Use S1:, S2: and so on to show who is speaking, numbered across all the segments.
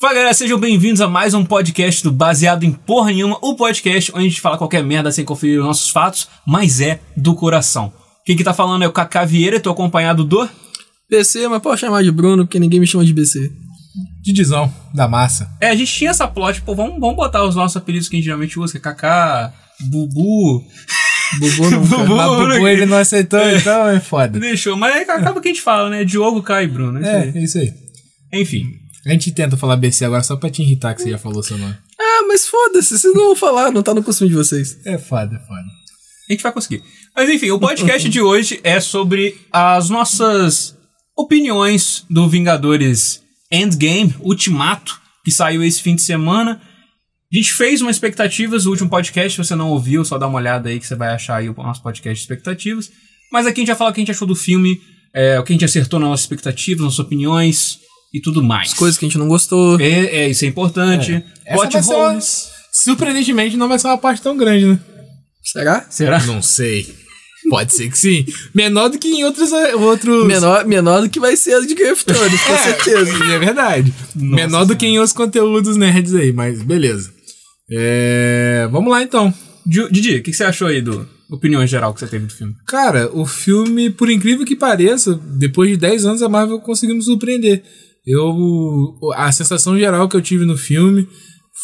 S1: Fala galera, sejam bem-vindos a mais um podcast do Baseado em Porra Nenhuma, o podcast onde a gente fala qualquer merda sem conferir os nossos fatos, mas é do coração. Quem que tá falando é o Cacá Vieira, tô acompanhado do
S2: BC, mas pode chamar de Bruno, porque ninguém me chama de BC.
S3: Didizão, da massa.
S1: É, a gente tinha essa plot, pô, vamos, vamos botar os nossos apelidos que a gente geralmente usa, que é Kaká, Bubu.
S2: Bubu não, cara.
S1: Bubu,
S3: Mas
S1: né,
S3: Bubu
S1: que-
S3: ele não aceitou, então é foda.
S1: Deixou, mas aí acaba que a gente fala, né? Diogo, Kai, Bruno. É. isso
S3: É, é isso aí.
S1: aí. Enfim.
S3: A gente tenta falar BC agora só pra te irritar que você já falou seu nome.
S2: Ah, mas foda-se, vocês não vão falar, não tá no costume de vocês.
S3: É foda, é foda.
S1: A gente vai conseguir. Mas enfim, o podcast de hoje é sobre as nossas opiniões do Vingadores Endgame, Ultimato, que saiu esse fim de semana. A gente fez uma expectativas, o último podcast, se você não ouviu, só dá uma olhada aí que você vai achar aí o nosso podcast de expectativas. Mas aqui a gente vai falar o que a gente achou do filme, é, o que a gente acertou nas nossas expectativas, nossas opiniões e tudo mais.
S2: As coisas que a gente não gostou.
S1: É, é, isso é importante.
S3: Essa
S1: Plot
S3: vai ser uma-
S1: holes.
S3: Surpreendentemente não vai ser uma parte tão grande, né?
S2: Será?
S1: Será?
S3: Não sei. Pode ser que sim. Menor do que em outros. outros...
S2: Menor, menor do que vai ser a de Game of Thrones, com certeza.
S3: É verdade. Menor do que em outros conteúdos nerds aí, mas beleza. É, Vamos lá então.
S1: Di- Didi, o que, que você achou aí do opinião geral que você teve do filme?
S3: Cara, o filme, por incrível que pareça, depois de 10 anos a Marvel conseguiu me surpreender. Eu, a sensação geral que eu tive no filme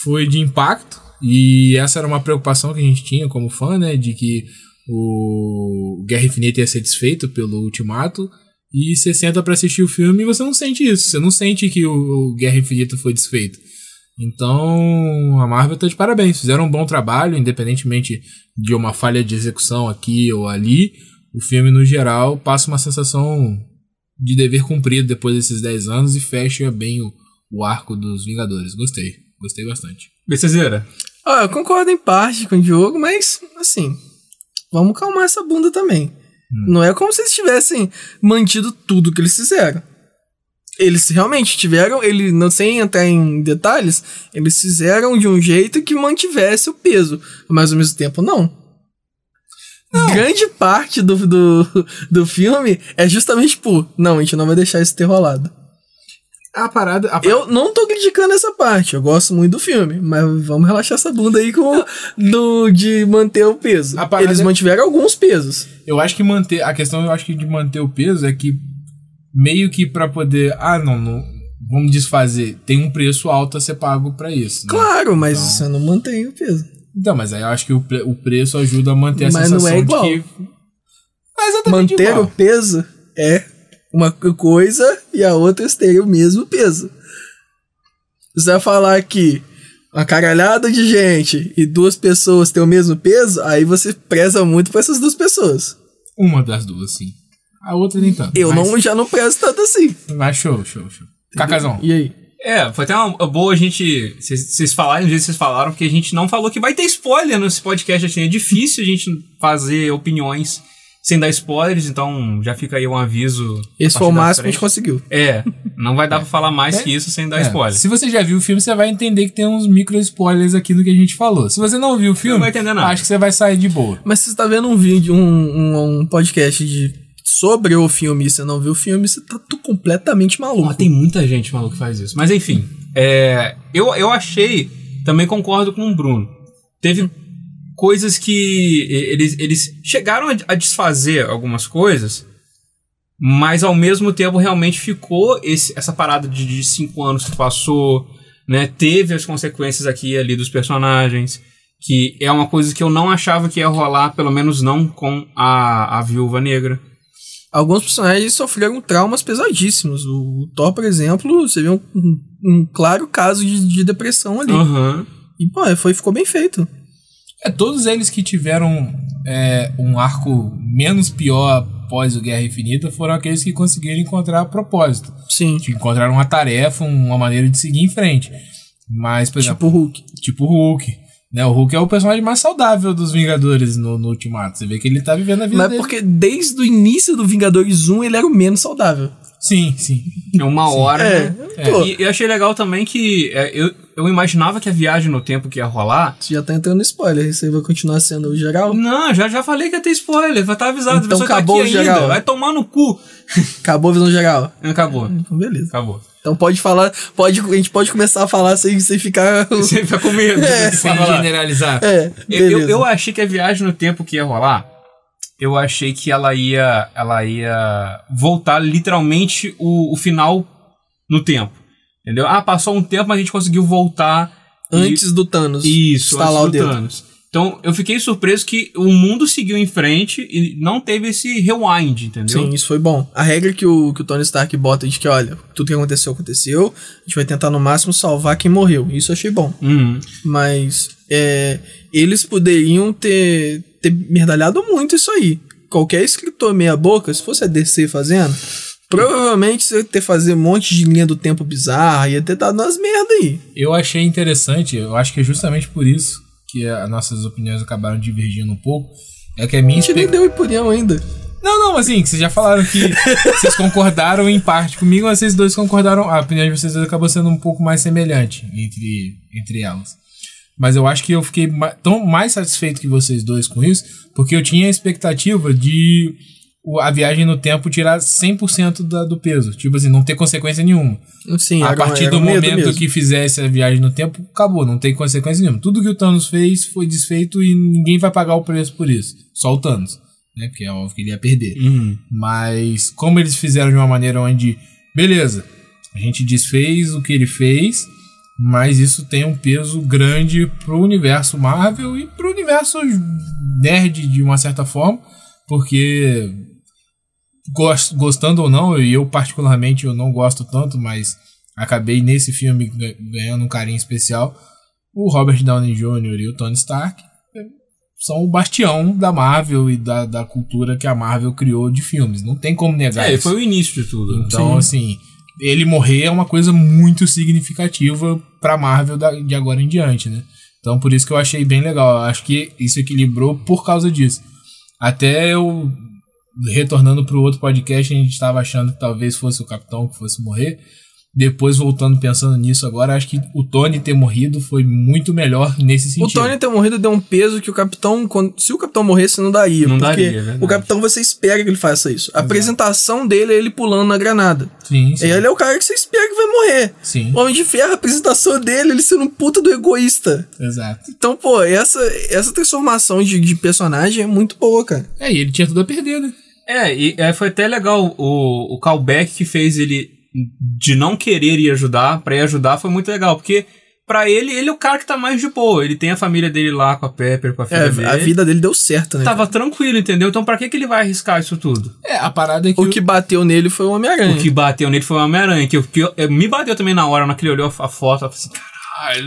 S3: foi de impacto, e essa era uma preocupação que a gente tinha como fã, né? De que o Guerra Infinita ia ser desfeito pelo Ultimato, e você senta pra assistir o filme e você não sente isso, você não sente que o, o Guerra Infinita foi desfeito. Então, a Marvel tá de parabéns. Fizeram um bom trabalho, independentemente de uma falha de execução aqui ou ali. O filme, no geral, passa uma sensação de dever cumprido depois desses 10 anos e fecha bem o, o arco dos Vingadores. Gostei. Gostei bastante.
S1: Becezeira?
S2: Ó, eu concordo em parte com o Diogo, mas, assim, vamos calmar essa bunda também. Não é como se eles tivessem mantido tudo que eles fizeram. Eles realmente tiveram, ele não sem entrar em detalhes, eles fizeram de um jeito que mantivesse o peso, mas ao mesmo tempo não. Grande parte do, do, do filme é justamente por, não, a gente não vai deixar isso ter rolado.
S3: A parada. a par-
S2: Eu não tô criticando essa parte, eu gosto muito do filme, mas vamos relaxar essa bunda aí com do, de manter o peso.
S3: A parada
S2: Eles
S3: é-
S2: mantiveram alguns pesos.
S3: Eu acho que manter. A questão, eu acho que de manter o peso é que meio que pra poder. Ah, não, não. Vamos desfazer. Tem um preço alto a ser pago pra isso. né?
S2: Claro, mas
S3: Então-
S2: você não mantém o peso.
S3: Então, mas aí eu acho que o, pre- o preço ajuda a manter a
S2: Mas não
S3: sensação
S2: é igual.
S3: de que. Mas é exatamente
S2: Manter
S3: igual.
S2: o peso é uma co- coisa e a outra é ter o mesmo peso. Você vai falar que uma caralhada de gente e duas pessoas têm o mesmo peso, aí você preza muito pra essas duas pessoas.
S3: Uma das duas, sim. A outra nem tanto.
S2: Eu
S3: mas,
S2: não, já não prezo tanto assim.
S3: Mas show, show, show. Cacazão.
S2: E aí?
S1: É, foi até uma boa a gente. Vocês vocês falarem do jeito que vocês falaram, porque a gente não falou que vai ter spoiler nesse podcast. Assim, é difícil a gente fazer opiniões sem dar spoilers, então já fica aí um aviso. a
S2: Esse foi o
S1: partir da
S2: máximo que a
S1: frente.
S2: gente conseguiu.
S1: É, não vai dar pra falar mais que isso sem dar
S3: É,
S1: spoiler.
S3: se você já viu o filme, você vai entender que tem uns micro spoilers aqui do que a gente falou. Se você não viu o filme,
S1: vai entender nada.
S3: acho que você vai sair de boa.
S2: Mas se você tá vendo um vídeo, um, um, um podcast de sobre o filme e você não viu o filme, você tá tu- completamente maluco.
S1: Porra, tem muita gente maluca que faz isso. Mas enfim, é, eu, eu achei, também concordo com o Bruno. Teve coisas que e- eles, eles chegaram a, a desfazer algumas coisas, mas ao mesmo tempo realmente ficou esse- essa parada de, de cinco anos que passou, né? Teve as consequências aqui e ali dos personagens. Que é uma coisa que eu não achava que ia rolar, pelo menos não com a, a viúva negra.
S2: Alguns personagens sofreram traumas pesadíssimos. O, o Thor, por exemplo, você vê um, um- um claro caso de, de depressão ali.
S1: Aham.
S2: E, pô, foi, ficou bem feito.
S3: É, todos eles que tiveram é, um arco menos pior após o Guerra Infinita foram aqueles que conseguiram encontrar propósito.
S2: Sim.
S3: Que encontraram uma tarefa, uma maneira de seguir em frente. Mas, por exemplo,
S2: Tipo o Hulk.
S3: Tipo o Hulk. Né? O Hulk é o personagem mais saudável dos Vingadores no, no Ultimato. Você vê que ele tá vivendo a vida
S2: Mas
S3: dele.
S2: porque desde o início do Vingadores 1 ele era o menos saudável.
S3: Sim, sim.
S1: É uma hora.
S2: É,
S1: né?
S2: é. Pô.
S1: E eu achei legal também que é, eu, eu imaginava que a viagem no tempo que ia rolar.
S2: Você já tá entrando no spoiler. Isso aí vai continuar sendo o geral?
S1: Não, já, já falei que ia ter spoiler, vai estar avisado.
S2: Então
S1: a pessoa tá
S2: acabou
S1: aqui
S2: o
S1: ainda.
S2: geral.
S1: Vai tomar no cu.
S2: Acabou a visão geral?
S1: Acabou,
S2: Então, beleza.
S1: acabou.
S2: Então pode falar, pode, a gente pode começar a falar sem, sem ficar.
S1: Você fica com medo.
S2: É.
S1: de
S3: Sem
S1: falar.
S3: generalizar.
S2: É,
S1: Eu, eu-
S2: beleza.
S1: eu achei que a viagem no tempo que ia rolar, eu achei que ela ia, ela ia voltar literalmente o, o final no tempo. Entendeu? Ah, passou um tempo, mas a gente conseguiu voltar e-
S2: Antes do Thanos.
S1: isso, antes
S2: estalar tá o
S1: do
S2: dedo.
S1: Thanos. Então, eu fiquei surpreso que o mundo seguiu em frente e não teve esse rewind, entendeu?
S2: Sim, isso foi bom. A regra que o, que o Tony Stark bota de que, olha, tudo que aconteceu, aconteceu. A gente vai tentar no máximo salvar quem morreu. Isso eu achei bom.
S1: Uhum.
S2: Mas é, eles poderiam ter, ter merdalhado muito isso aí. Qualquer escritor meia boca, se fosse a DC fazendo, provavelmente você ia ter fazer um monte de linha do tempo bizarra, ia ter dado umas merda aí.
S3: Eu achei interessante, eu acho que é justamente por isso que as nossas opiniões acabaram divergindo um pouco. É que a
S2: A
S3: minha
S2: gente nem
S3: expectativa.
S2: deu opinião ainda.
S3: Não, não, assim, que vocês já falaram que vocês concordaram em parte comigo, mas vocês dois concordaram. A opinião de vocês dois acabou sendo um pouco mais semelhante entre, entre elas. Mas eu acho que eu fiquei ma- tão mais satisfeito que vocês dois com isso, porque eu tinha a expectativa de o- a viagem no tempo tirar 100% da, do peso. Tipo assim, não ter consequência nenhuma.
S2: Sim,
S3: a
S2: era-
S3: partir
S2: era
S3: do
S2: um medo
S3: momento
S2: mesmo.
S3: que fizesse a viagem no tempo, acabou, não tem consequência nenhuma. Tudo que o Thanos fez foi desfeito e ninguém vai pagar o preço por isso. Só o Thanos, né? Porque é óbvio que ele ia perder.
S2: Hum.
S1: Uhum.
S3: Mas como eles fizeram de uma maneira onde, beleza, a gente desfez o que ele fez, mas isso tem um peso grande pro universo Marvel e pro universo nerd de uma certa forma, porque gos- gostando ou não, e eu particularmente eu não gosto tanto, mas acabei nesse filme ga- ganhando um carinho especial. O Robert Downey Jr. e o Tony Stark é, são o bastião da Marvel e da, da cultura que a Marvel criou de filmes. Não tem como negar
S1: É, e
S3: isso.
S1: foi o início de tudo.
S3: Então, assim, ele morrer é uma coisa muito significativa pra Marvel da- de agora em diante, né? Então, por isso que eu achei bem legal. Eu acho que isso equilibrou por causa disso. Até eu, retornando pro outro podcast, a gente estava achando que talvez fosse o Capitão que fosse morrer. Depois, voltando pensando nisso agora, acho que o Tony ter morrido foi muito melhor nesse sentido.
S2: O Tony ter morrido deu um peso que o capitão, quando- se o capitão morresse, não daria.
S1: Não
S2: porque
S1: daria, é verdade.
S2: o capitão você espera que ele faça isso. A apresentação dele é ele pulando na granada.
S3: Sim, sim.
S2: Ele é o cara que você espera que vai morrer.
S3: Sim,
S2: O Homem de Ferro, a apresentação dele, ele sendo um puta do egoísta.
S3: exato.
S2: Então, pô, essa, essa transformação de, de personagem é muito boa, cara.
S3: É, e ele tinha tudo a perder, né?
S1: É, e é, foi até legal o, o callback que fez ele de não querer ir ajudar pra ir ajudar foi muito legal, porque pra ele, ele é o cara que tá mais de boa. Ele tem a família dele lá com a Pepper, com a filha
S2: É,
S1: dele.
S2: a vida dele deu certo, né?
S1: Tava tranquilo, entendeu? Então pra que, que ele vai arriscar isso tudo?
S3: É, a parada é que.
S2: O que bateu nele foi o Homem-Aranha.
S1: O que bateu nele foi o Homem-Aranha, que, eu- que eu- eh, me bateu também na hora, naquele olhou a foto, eu falei assim, caralho.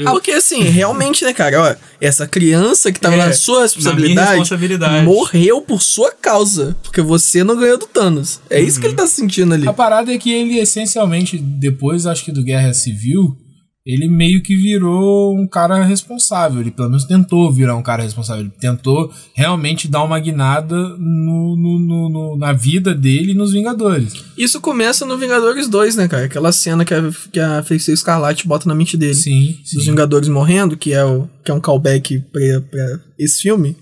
S2: Ah, porque assim, realmente, né, cara? Ó, essa criança que tava
S1: É,
S2: na sua
S1: na minha
S2: responsabilidade,
S1: responsabilidade.
S2: morreu por sua causa. Porque você não ganhou do Thanos. É isso que ele tá sentindo ali.
S3: A parada é que ele essencialmente, depois acho que do Guerra Civil, ele meio que virou um cara responsável. Ele pelo menos tentou virar um cara responsável. Ele tentou realmente dar uma guinada no, no- no- no- na vida dele e nos Vingadores.
S2: Isso começa no Vingadores 2, né, cara? Aquela cena que a, que a Feiticeira Escarlate bota na mente dele.
S3: Sim,
S2: dos
S3: sim.
S2: Vingadores Morrendo, que é, o, que é um callback pra, pra esse filme,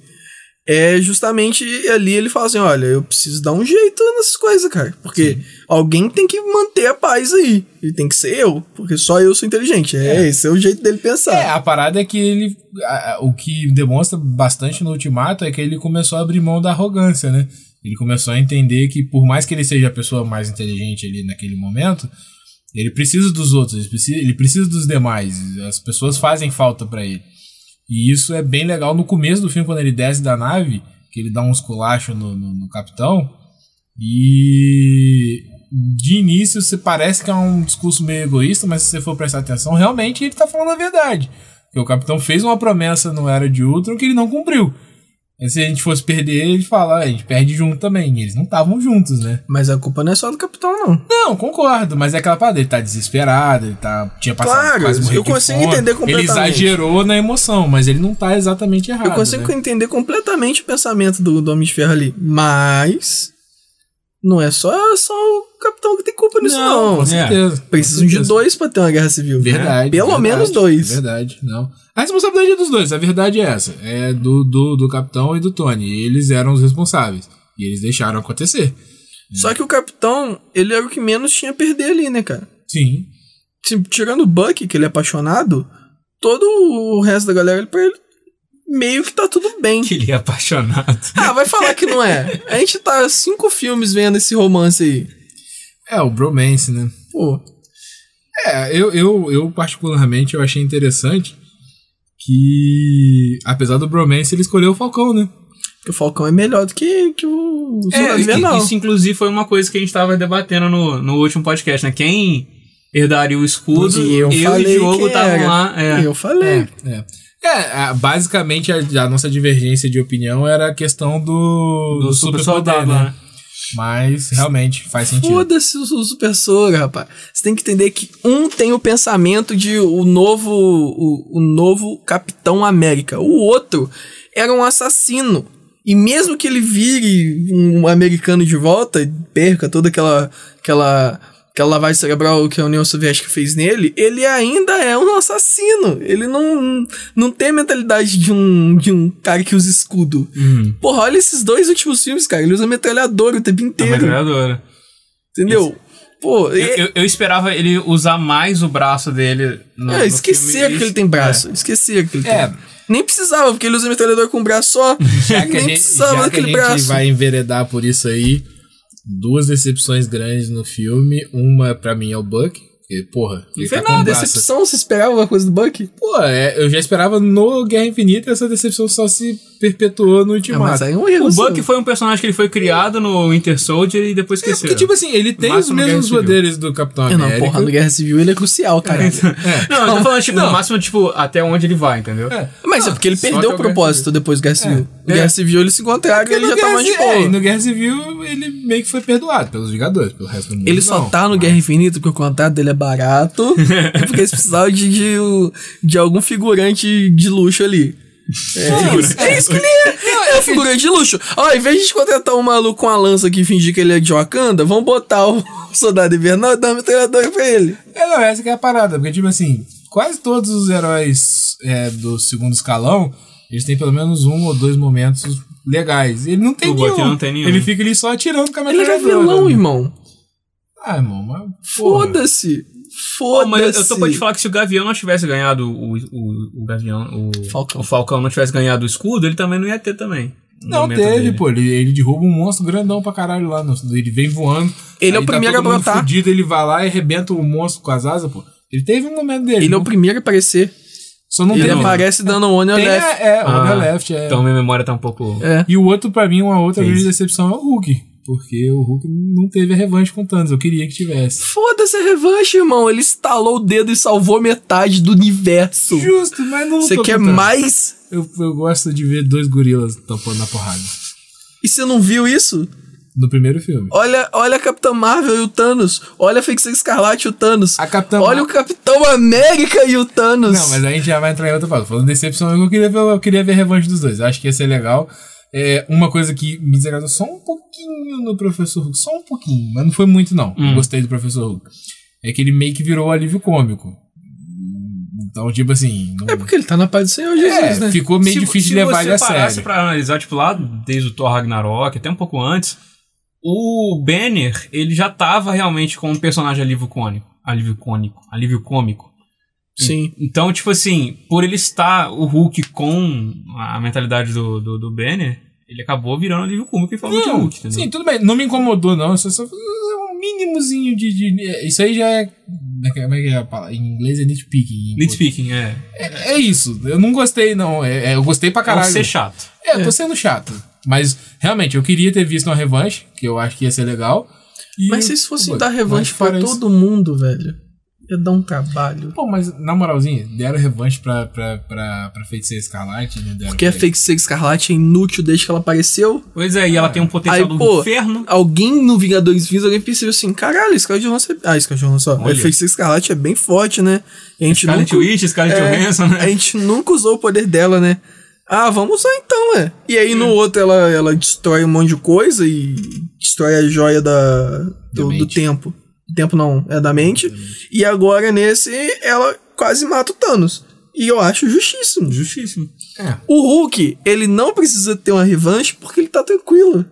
S2: é justamente ali ele fala assim: olha, eu preciso dar um jeito nessas coisas, cara. Porque alguém tem que manter a paz aí. E tem que ser eu, porque só eu sou inteligente. É, esse é o jeito dele
S3: É,
S2: pensar.
S3: a parada é que ele. a- a- o que demonstra bastante no Ultimato é que ele começou a abrir mão da arrogância, né? Ele começou a entender que, por mais que ele seja a pessoa mais inteligente ali naquele momento, ele precisa dos outros, ele precisa, ele precisa dos demais. As pessoas fazem falta pra ele. E isso é bem legal no começo do filme, quando ele desce da nave, que ele dá uns colachos no, no- no capitão. E de início você parece que é um discurso meio egoísta, mas se você for prestar atenção, realmente ele tá falando a verdade. Porque o capitão fez uma promessa no Era de Ultron que ele não cumpriu. E se a gente fosse perder, ele fala, "Ah, a gente perde junto também. E eles não estavam juntos, né?
S2: Mas a culpa não é só do Capitão, não.
S3: Não, concordo, mas é aquela parada, ele tá desesperado, ele tá, tinha passado
S2: Claro,
S3: quase morreu
S2: eu
S3: de
S2: consigo
S3: fome.
S2: entender completamente.
S3: Ele exagerou na emoção, mas ele não tá exatamente errado.
S2: eu consigo
S3: né?
S2: entender completamente o pensamento do, do Homem de Ferro ali. Mas. Não é só, só o Capitão que tem culpa nisso, não.
S3: com
S1: é.
S3: certeza.
S2: Precisam
S3: Com
S2: de um
S3: certeza.
S2: dois pra ter uma guerra civil.
S3: É Verdade.
S2: Pelo
S3: verdade, é
S2: menos dois.
S3: Verdade, não. A responsabilidade é dos dois, a verdade é essa. É do, do, do capitão e do Tony. Eles eram os responsáveis. E eles deixaram acontecer.
S2: é Só que o capitão, ele era o que menos tinha a perder ali, né, cara?
S3: Sim.
S2: tipo, tirando o Buck, que ele é apaixonado, todo o resto da galera, ele, pra ele, meio que tá tudo bem.
S1: Que ele é apaixonado.
S2: Ah, vai falar que não é. A gente tá cinco filmes vendo esse romance aí.
S3: É, o bromance, né?
S2: Pô,
S3: É, eu, eu, eu particularmente eu achei interessante que, apesar do bromance, ele escolheu o Falcão, né?
S2: que o Falcão é melhor do que, que o
S1: É,
S2: Zulavier,
S1: que-
S2: não.
S1: isso inclusive foi uma coisa que a gente tava debatendo no, no último podcast, né? Quem herdaria o escudo,
S2: E eu
S1: eu, e o
S2: falei
S1: Diogo
S2: que
S1: estavam
S2: era.
S1: lá. é.
S2: Eu falei.
S3: É, é. É, a- basicamente a, a nossa divergência de opinião era a questão do,
S1: do super
S3: superpoder,
S1: soldado, né?
S3: Mas realmente faz sentido.
S2: Foda-se o Super Soro, rapaz. Você tem que entender que um tem o pensamento de o novo, o, o novo Capitão América. O outro era um assassino. E mesmo que ele vire um americano de volta, e perca toda aquela, aquela, aquela lavagem cerebral que a União Soviética fez nele, ele ainda é um assassino. Ele não, não tem a mentalidade de um, de um cara que usa escudo.
S1: Uhum.
S2: Porra, olha esses dois últimos filmes, cara. Ele usa metralhadora o tempo
S1: A
S2: inteiro.
S1: metralhadora.
S2: Entendeu? Pô,
S1: Eu,
S2: é,
S1: eu- eu esperava ele usar mais o braço dele no,
S2: é,
S1: no
S2: esquecer
S1: filme.
S2: que ele tem braço. Esquecer que ele
S3: né? É.
S2: tem. Nem precisava, porque ele usa metralhador com um braço só.
S3: Já que a
S2: Nem
S3: gente,
S2: precisava
S3: já que a
S2: daquele
S3: gente
S2: braço.
S3: vai enveredar por isso aí, duas decepções grandes no filme. Uma pra mim é o Buck, porque, porra, ele
S2: Não foi
S3: tá com
S2: nada, é
S3: braço.
S2: decepção. Você esperava alguma coisa do Buck?
S3: Pô, é, eu já esperava no Guerra Infinita essa decepção só se perpetuou no
S2: Ah, mas
S3: Ultimato.
S2: aí é um erro.
S1: O
S2: seu.
S1: Buck foi um personagem que ele foi criado no Winter Soldier e depois
S3: É,
S1: esqueceu.
S3: porque, tipo assim, ele tem os
S1: Máximo Guerra
S3: mesmos
S1: Civil.
S3: poderes do Capitão
S2: Ah,
S3: América.
S2: Não, porra, no Guerra Civil ele é crucial, cara.
S1: Não, eu tô falando, tipo, no máximo, tipo, até onde ele vai, entendeu?
S3: É.
S2: Mas é porque ele
S3: só que
S2: perdeu
S3: é
S2: o
S3: o Guerra
S2: propósito depois do Guerra Civil. No
S3: é.
S2: Guerra Civil eles se encontraram e ele
S3: no
S2: já tá
S3: Guerra
S2: mais de
S3: Civil- é, e
S2: boa.
S3: no Guerra Civil ele meio que foi perdoado pelos Vingadores, pelo resto do mundo.
S2: Ele só
S3: não.
S2: tá no Guerra Infinita porque o contrato dele é barato. e porque eles precisavam de, de, de algum figurante de luxo ali. É isso, é isso que ele é. é um figurante de luxo. Ó, em vez de contratar um maluco com a lança que fingir que ele é de Wakanda, vamos botar o soldado invernal e dar uma metralhadora pra ele.
S3: É, não, essa que é a parada, porque, tipo assim, quase todos os heróis é, do segundo escalão, eles têm pelo menos um ou dois momentos legais. Ele não tem
S1: O
S3: nenhum.
S1: Bucky não tem nenhum. né?
S3: Ele fica ali só atirando com a
S2: Ele era
S3: metralhadora.
S2: vilão, irmão.
S3: Ah, irmão, mas... porra.
S2: Foda-se.
S1: Pô,
S2: Foda-se.
S1: mas eu- eu tô pra te falar que se o Gavião não tivesse ganhado o, o, o Gavião, o
S2: Falcão.
S1: o Falcão não tivesse ganhado o escudo, ele também não ia ter também. o
S3: Não
S1: momento
S3: teve,
S1: dele.
S3: pô. Ele, ele derruba um monstro grandão pra caralho lá. No, ele vem voando.
S2: Ele é o
S3: aí
S2: primeiro
S3: tá todo
S2: a
S3: mundo
S2: brotar.
S3: Fudido, ele vai lá e arrebenta o monstro com as asas, pô. Ele teve um momento dele.
S2: Ele é o primeiro a aparecer.
S3: Só não
S2: Ele
S3: teve.
S2: aparece dando um one on
S3: Tem
S2: left.
S3: a- é, o
S1: Ah,
S3: The Left. É.
S1: Então minha memória tá um pouco.
S2: É.
S3: E o outro, pra mim, uma outra
S1: Fez.
S3: grande decepção é o Hulk. Porque o Hulk não teve a revanche com o Thanos. Eu queria que tivesse.
S2: Foda-se a revanche, irmão. Ele estalou o dedo e salvou metade do universo.
S3: Justo, mas não
S2: Você
S3: tô
S2: quer
S3: contando.
S2: mais?
S3: Eu, eu gosto de ver dois gorilas tampando na porrada.
S2: E você não viu isso?
S3: No primeiro filme.
S2: Olha, olha a Capitã Marvel e o Thanos. Olha a Feiticeira Escarlate e o Thanos.
S3: A Capitã
S2: olha
S3: Mar-
S2: o Capitão América e o Thanos.
S3: Não, mas a gente já vai entrar em outra pauta. Falando decepção, eu queria ver, eu queria ver a revanche dos dois. Eu acho que ia ser legal. É, uma coisa que me desagradou só um pouquinho no Professor Hulk, só um pouquinho, mas não foi muito não. Eu
S1: Hum.
S3: Gostei do Professor Hulk. É que ele meio que virou alívio cômico. Então, tipo assim, não-
S2: É porque ele tá na paz do Senhor
S3: É,
S2: Jesus, né?
S3: ficou meio difícil de levar ele a
S1: Se você parasse
S3: sério.
S1: pra analisar, tipo, lá desde o Thor Ragnarok, até um pouco antes, o Banner, ele já tava realmente com um personagem alívio cônico. Alívio cônico. Alívio cômico.
S2: Sim.
S1: Então, tipo assim, por ele estar o Hulk com a mentalidade do, do, do Banner, ele acabou virando alívio cômico e falando de
S3: Não,
S1: Hulk, entendeu?
S3: sim, tudo bem, não me incomodou não, só, só é um mínimozinho de, de- Isso aí já é... Como é que é a palavra? Em inglês é nitpicking. em
S1: Nitpicking, é.
S3: É, é isso, eu não gostei não, é- é, eu gostei pra
S1: Caralho.
S3: caralho.
S1: É um ser chato.
S3: É, eu tô sendo chato. Mas, realmente, eu queria ter visto uma revanche, que eu acho que ia ser legal. E-
S2: Mas se isso fosse
S3: Pô,
S2: dar revanche
S3: mas
S2: pra
S3: fora isso-
S2: todo mundo, velho, ia dar um trabalho.
S3: Pô, mas na moralzinha, deram revanche pra, pra, pra, pra Feiticeira Escarlate, né? Deram
S2: Porque a
S3: pra-
S2: Feiticeira Escarlate é inútil desde que ela apareceu.
S1: Pois é, e ela tem um potencial
S2: Aí,
S1: do
S2: pô,
S1: inferno.
S2: Alguém no Vingadores Vince, alguém percebeu assim, caralho, Scarlet Johansson é... Ah, Scarlett Johansson, ó.
S1: Olha.
S2: A Feiticeira Escarlate é bem forte, né? E a gente
S1: Scarlet
S2: nunca...
S1: Witch, Scarlet
S2: É,
S1: Johansson, né?
S2: A gente nunca usou o poder dela, né? Ah, vamos usar então, é. E aí no outro ela, ela destrói um monte de coisa e destrói a joia da, do,
S3: mente.
S2: do tempo. Do Tempo não, é da mente. E agora nesse ela quase mata o Thanos. E eu acho justíssimo.
S1: Justíssimo.
S3: É.
S2: O Hulk, ele não precisa ter uma revanche porque ele tá tranquilo.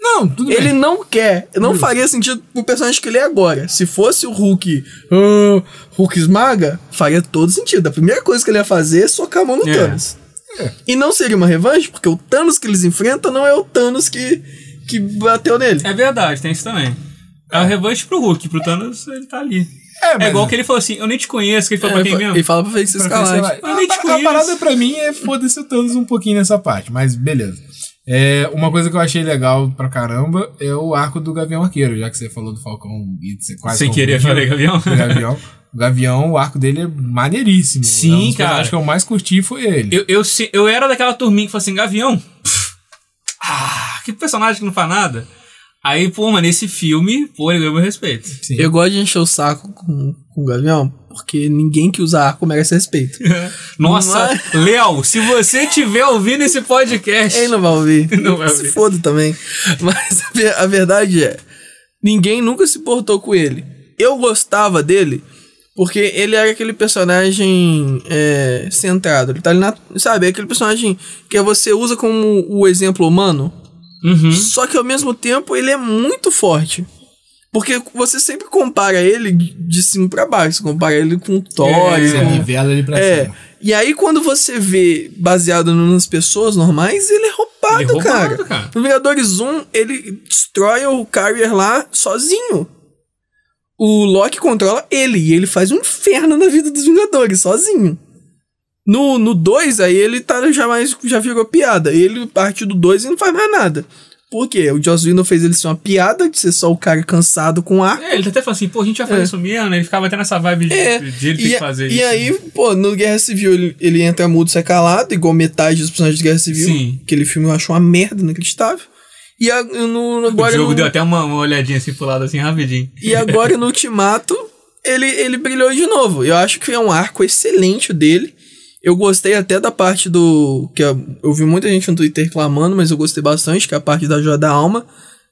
S3: Não, tudo bem.
S2: Ele não quer. Não
S3: Justo.
S2: faria sentido pro personagem que ele é agora. Se fosse o Hulk. ah, Hulk esmaga, faria todo sentido. A primeira coisa que ele ia fazer é socar a mão no
S1: É.
S2: Thanos.
S3: É.
S2: E não seria uma revanche, porque o Thanos que eles enfrentam não é o Thanos que, que bateu nele.
S1: É verdade, tem isso também. É o revanche pro Hulk, pro Thanos ele tá ali.
S3: É,
S1: É
S3: mas-
S1: igual que ele falou assim, eu nem te conheço, que ele falou
S2: É,
S1: pra quem
S2: ele fa-
S1: mesmo?
S2: Ele fala pra Feiticeiro
S3: Pra
S2: Escalante.
S3: cancelar.
S1: Eu nem te
S3: "Ah, tá, a, a
S1: conheço.
S3: parada pra mim é foda-se o Thanos um pouquinho nessa parte, mas beleza. É, uma coisa que eu achei legal pra caramba é o arco do Gavião Arqueiro, já que você falou do Falcão e você quase.
S1: Sem querer, eu falei,
S3: confundiu.
S1: Gavião.
S3: Do Gavião. O Gavião, o arco dele é maneiríssimo.
S1: Sim,
S3: um
S1: cara.
S3: dos personagens que eu mais curti foi ele.
S1: Eu, eu, se- eu era daquela turminha que falou assim, Gavião. pff, ah, que personagem que não faz nada. Aí, pô, mano, esse filme, pô, ele ganhou meu respeito.
S3: Sim.
S2: Eu gosto de encher o saco com, com o Gavião, porque ninguém que usa arco merece respeito.
S1: Nossa,
S2: Mas-
S1: Léo, se você tiver ouvindo esse podcast.
S2: Ele não vai ouvir.
S1: Não vai
S2: Se
S1: ouvir.
S2: foda também. Mas a, ver- a verdade é, ninguém nunca se portou com ele. Eu gostava dele porque ele era aquele personagem é, centrado. Ele tá ali na. Sabe, é aquele personagem que você usa como o exemplo humano.
S1: Uhum.
S2: Só que ao mesmo tempo ele é muito forte. Porque você sempre compara ele de cima pra baixo. Você compara ele com o Thor.
S1: É,
S3: Você
S2: com-
S3: nivela ele pra
S2: é.
S3: cima.
S2: E aí, quando você vê baseado no- nas pessoas normais, ele é roubado,
S1: Ele é roubado,
S2: cara.
S1: cara.
S2: No Vingadores 1, ele destrói o Carrier lá sozinho. O Loki controla ele e ele faz um inferno na vida dos Vingadores, sozinho. No, no 2, aí ele tá, já, mais, já virou piada. Ele parte do 2 e não faz mais nada. Por quê? O Joss Whedon fez ele ser uma piada de ser só o cara cansado com ar.
S1: É, ele até falou assim, pô, a gente vai fazer
S2: É.
S1: isso mesmo. né? Ele ficava até nessa vibe de,
S2: É,
S1: de ele
S2: e,
S1: ter que
S2: a-
S1: fazer
S2: e
S1: isso. né?
S2: aí, pô, no Guerra Civil ele, ele entra mudo, sai calado, igual metade dos personagens de Guerra Civil.
S1: Sim.
S2: Aquele filme eu acho uma merda inacreditável. E a- no,
S1: o
S2: agora,
S1: jogo
S2: no,
S1: deu até uma, uma olhadinha assim pro lado, assim, rapidinho.
S2: e agora no Ultimato ele, ele brilhou de novo. Eu acho que é um arco excelente o dele. Eu gostei até da parte do. que a- Eu vi muita gente no Twitter reclamando, mas eu gostei bastante, que é a parte da Joia da Alma,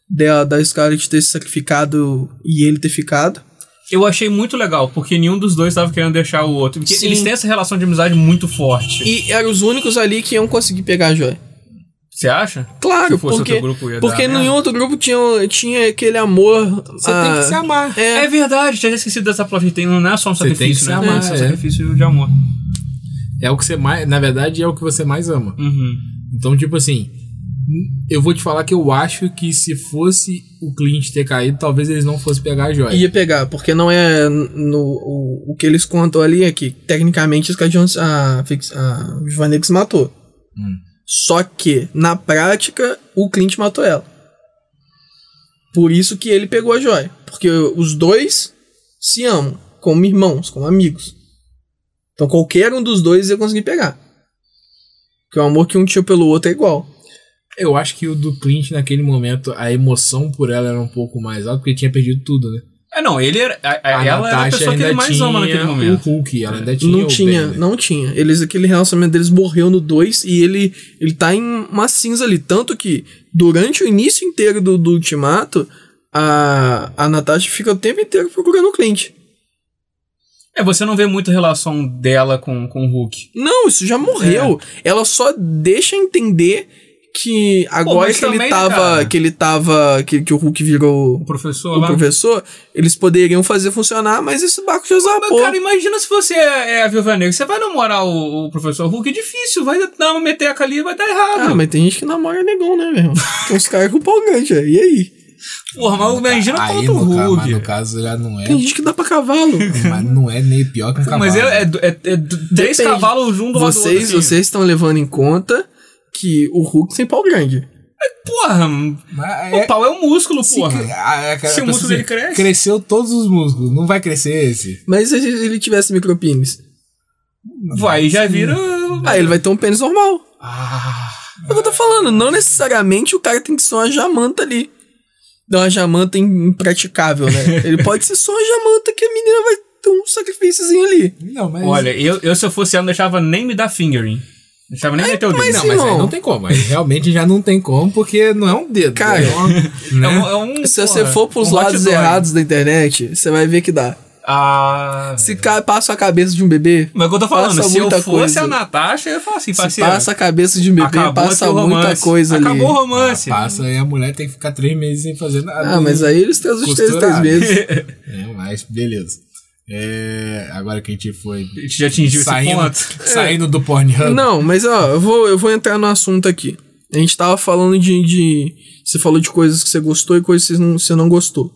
S2: da, da Scarlet ter se sacrificado e ele ter ficado.
S1: Eu achei muito legal, porque nenhum dos dois tava querendo deixar o outro. Porque
S2: Sim.
S1: eles têm essa relação de amizade muito forte.
S2: E eram os únicos ali que iam conseguir pegar a joia.
S1: Você acha?
S2: Claro,
S1: Se fosse
S2: porque,
S1: outro grupo, ia
S2: porque
S1: dar
S2: nenhum
S1: merda.
S2: outro grupo tinha, tinha aquele amor.
S3: Você
S2: ah,
S3: tem que se amar.
S1: É
S2: É,
S1: verdade, tinha esquecido dessa plot. Tem, não é só um
S3: Você tem que
S1: sacrifício,
S3: se
S1: né?
S3: amar,
S1: é, só um
S3: é.
S1: sacrifício de amor.
S3: É o que você mais. Na verdade, é o que você mais ama.
S1: Uhum.
S3: Então, tipo assim, eu vou te falar que eu acho que se fosse o Clint ter caído, talvez eles não fossem pegar a joia.
S2: ia pegar, porque não é. No, o, o que eles contam ali é que, tecnicamente, os Guardiões- a, Fix- a Vivanex matou.
S3: Hum.
S2: Só que, na prática, o Clint matou ela. Por isso que ele pegou a joia. Porque os dois se amam, como irmãos, como amigos. Então qualquer um dos dois ia conseguir pegar. Porque o amor que um tinha pelo outro é igual.
S3: Eu acho que o do Clint, naquele momento, a emoção por ela era um pouco mais alta, porque ele tinha perdido tudo, né?
S1: É, não, ele era. a- a-
S3: A
S1: ela era a
S3: Natasha
S1: pessoa que ele
S3: ainda
S1: mais ama
S3: tinha
S1: naquele
S3: O
S1: momento.
S3: Hulk, ela ainda tinha.
S2: não
S3: o né?
S2: tinha,
S1: né?
S3: Banner.
S2: não tinha. Eles, aquele relacionamento deles morreu no 2 e ele, ele tá em uma cinza ali. Tanto que durante o início inteiro do, do ultimato, a, a Natasha fica o tempo inteiro procurando o Clint.
S1: É, você não vê muita relação dela com, com o Hulk.
S2: Não, isso já morreu.
S1: É.
S2: Ela só deixa entender que agora
S1: mas
S2: que, ele
S1: também, né,
S2: tava,
S1: cara?
S2: que ele tava. que que o Hulk virou
S1: O professor
S2: o
S1: lá.
S2: professor, eles poderiam fazer funcionar, mas esse barco já
S1: Mas,
S2: zarpou.
S1: Cara, imagina se você é, é a Viúva Negra. Você vai namorar o, o professor Hulk, é difícil. Vai dar uma meteca ali e vai dar errado.
S2: Ah, mas tem gente que namora negão, né, meu? Tem uns caras com pau grande, é. e aí?
S1: Porra, mas imagina
S3: Aí,
S1: contra o
S3: no, ca- mas no
S1: Hulk.
S3: caso, já não é.
S2: Tem gente que dá pra cavalo.
S3: mas não é nem pior que um cavalo.
S1: Mas é, é, é- é três
S2: Depende.
S1: cavalos junto ao lado do outro,
S2: vocês,
S1: assim.
S2: vocês estão levando em conta que o Hulk tem pau grande.
S1: Porra,
S3: Mas
S1: o pau é um músculo,
S3: se
S1: porra.
S3: cre- a- a- a-
S1: Se o
S3: a-
S1: músculo
S3: assim,
S1: dele cresce.
S3: Cresceu todos os músculos, não vai crescer esse.
S2: Mas se ele tivesse micropênis,
S1: Vai, já vira.
S2: aí ele vai ter um pênis normal.
S1: Ah.
S2: É o que eu tô falando, não necessariamente o cara tem que ser uma jamanta ali. Não, uma jamanta im- impraticável, né? Ele pode ser só uma jamanta que a menina vai ter um sacrifíciozinho ali.
S3: Não, mas.
S1: Olha, eu, eu se eu fosse ela, não deixava nem me dar fingering. Não deixava nem meter o dedo.
S3: não,
S2: É, sim,
S3: mas aí
S2: irmão.
S3: não tem como. Aí realmente já não tem como, porque não é um dedo.
S2: Cara,
S3: é uma-
S1: Não,
S3: né?
S1: é um- é um,
S2: Se
S1: porra,
S2: você for pros
S1: um hot
S2: lados
S1: dog.
S2: errados da internet, você vai ver que dá.
S1: Ah.
S2: Se ca- passa a cabeça de um bebê,
S1: Mas é o que eu tô falando,
S2: Passa
S1: se eu
S2: muita
S1: fosse
S2: coisa.
S1: a Natasha, eu ia falar assim,
S2: se
S1: parceiro.
S2: passa a cabeça de um bebê,
S1: acabou
S2: passa
S1: teu
S2: muita
S1: romance.
S2: coisa
S1: acabou
S2: ali.
S1: o romance.
S3: Passa aí a mulher tem que ficar três meses sem fazer nada.
S2: Ah, mas aí eles têm os três,
S3: Costurado.
S2: três meses.
S3: É, mas beleza. É, agora que a gente foi
S1: A gente já atingiu
S3: saindo,
S1: esse ponto.
S3: saindo do Pornhub.
S2: Não, mas ó, eu vou, eu vou entrar no assunto aqui. A gente tava falando de, de- Você falou de coisas que você gostou e coisas que você não, você não gostou.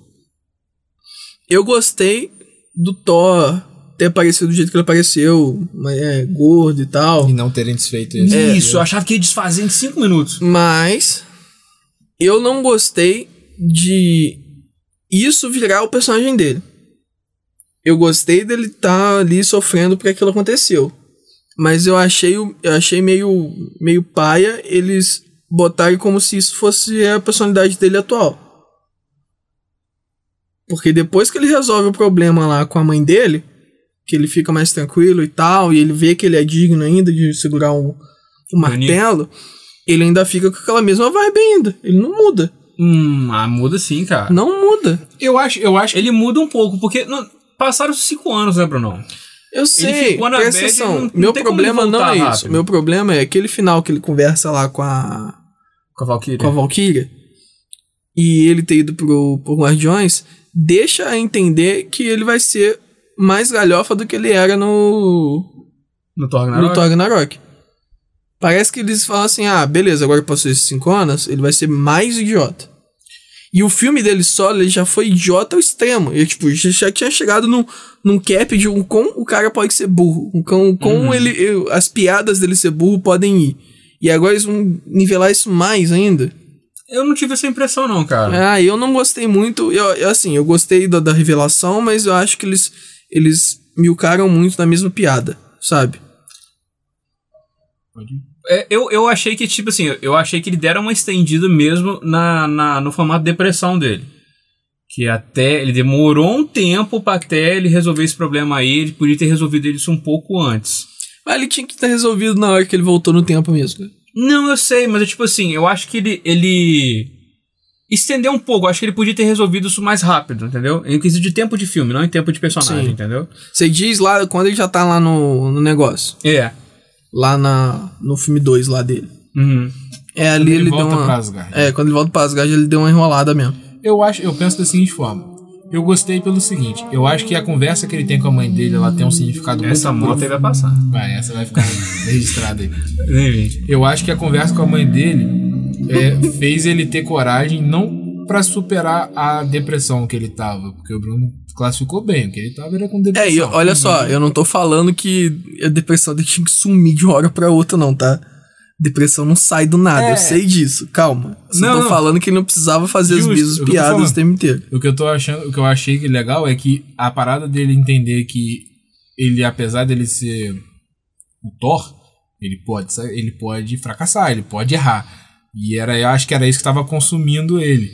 S2: Eu gostei do Thor ter aparecido do jeito que ele apareceu, mas é, gordo e tal.
S3: E não terem desfeito
S1: É.
S3: isso.
S1: Isso, eu achava que ia desfazer em 5 minutos.
S2: Mas eu não gostei de isso virar o personagem dele. Eu gostei dele estar ali sofrendo porque aquilo aconteceu. Mas eu achei, o- eu achei meio, meio paia eles botarem como se isso fosse a personalidade dele atual. Porque depois que ele resolve o problema lá com a mãe dele, que ele fica mais tranquilo e tal, e ele vê que ele é digno ainda de segurar um, um
S1: Bonito.
S2: martelo, ele ainda fica com aquela mesma vibe ainda. Ele não muda.
S1: Hum, ah, muda sim, cara.
S2: Não muda.
S3: Eu acho, eu acho
S1: Ele muda um pouco, porque não- passaram 5 anos, né, Bruno?
S2: Eu sei,
S1: ficou na
S2: presta
S1: bad,
S2: atenção.
S1: não- não
S2: Meu
S1: tem como
S2: problema
S1: ele
S2: não é
S1: voltar
S2: isso.
S1: rápido.
S2: Meu problema é aquele final que ele conversa lá com a,
S1: Com a Valkyria.
S2: com a Valkyria e ele ter ido pro, pro Guardiões, deixa a entender que ele vai ser mais galhofa do que ele era no,
S1: No Thor
S2: no
S1: Ragnarok.
S2: Thor Ragnarok. Parece que eles falam assim, ah, beleza, agora que passou esses cinco anos, ele vai ser mais idiota. E o filme dele só, ele já foi idiota ao extremo. Ele, tipo, já, já tinha chegado num, num cap de um com o cara pode ser burro. Um com, com ele, eu- as piadas dele ser burro podem ir. E agora eles vão nivelar isso mais ainda.
S1: Eu não tive essa impressão, não, cara.
S2: Ah, eu não gostei muito. Eu, eu, assim, eu gostei da, da revelação, mas eu acho que eles, eles milcaram muito na mesma piada, sabe?
S1: É, eu, eu achei que, tipo assim, eu achei que ele deram uma estendida mesmo na, na, no formato depressão dele. Que até ele demorou um tempo pra até ele resolver esse problema aí. Ele podia ter resolvido isso um pouco antes.
S2: Mas ele tinha que ter resolvido na hora que ele voltou no tempo mesmo.
S1: Não, eu sei, mas é tipo assim, eu acho que ele, ele estendeu um pouco. Eu acho que ele podia ter resolvido isso mais rápido, entendeu? Em quesito de tempo de filme, não em tempo de personagem,
S2: Sim.
S1: entendeu?
S2: Você diz lá quando ele já tá lá no, no negócio.
S1: É.
S2: Lá na, no filme 2 lá dele.
S1: Uhum.
S2: É ali
S3: ele
S2: ele, deu
S3: volta
S2: uma.
S3: pra Asgard.
S2: É, quando ele volta pra Asgard, ele deu uma enrolada mesmo.
S3: Eu acho, eu penso da seguinte forma. Eu gostei pelo seguinte, eu acho que a conversa que ele tem com a mãe dele, ela tem um significado
S1: Essa
S3: muito
S1: moto aí vai passar.
S3: profundo. Vai, essa vai ficar registrada aí.
S1: Enfim.
S3: Eu acho que a conversa com a mãe dele é, fez ele ter coragem não pra superar a depressão que ele tava, porque o Bruno classificou bem, o que ele tava era com depressão.
S2: É, e olha só, eu não tô falando que a depressão tem que sumir de uma hora pra outra, não, tá? Depressão não sai do nada,
S3: É.
S2: eu sei disso, calma. Eu
S1: Não,
S2: não tô
S1: não.
S2: falando que ele não precisava fazer
S3: Justo,
S2: as mesmas
S3: eu tô
S2: piadas
S3: falando.
S2: o tempo inteiro.
S3: O que eu tô achando, o que eu achei que legal é que a parada dele entender que ele, apesar dele ser o Thor, ele pode, sa- ele pode fracassar, ele pode errar. E era, eu acho que era isso que tava consumindo ele.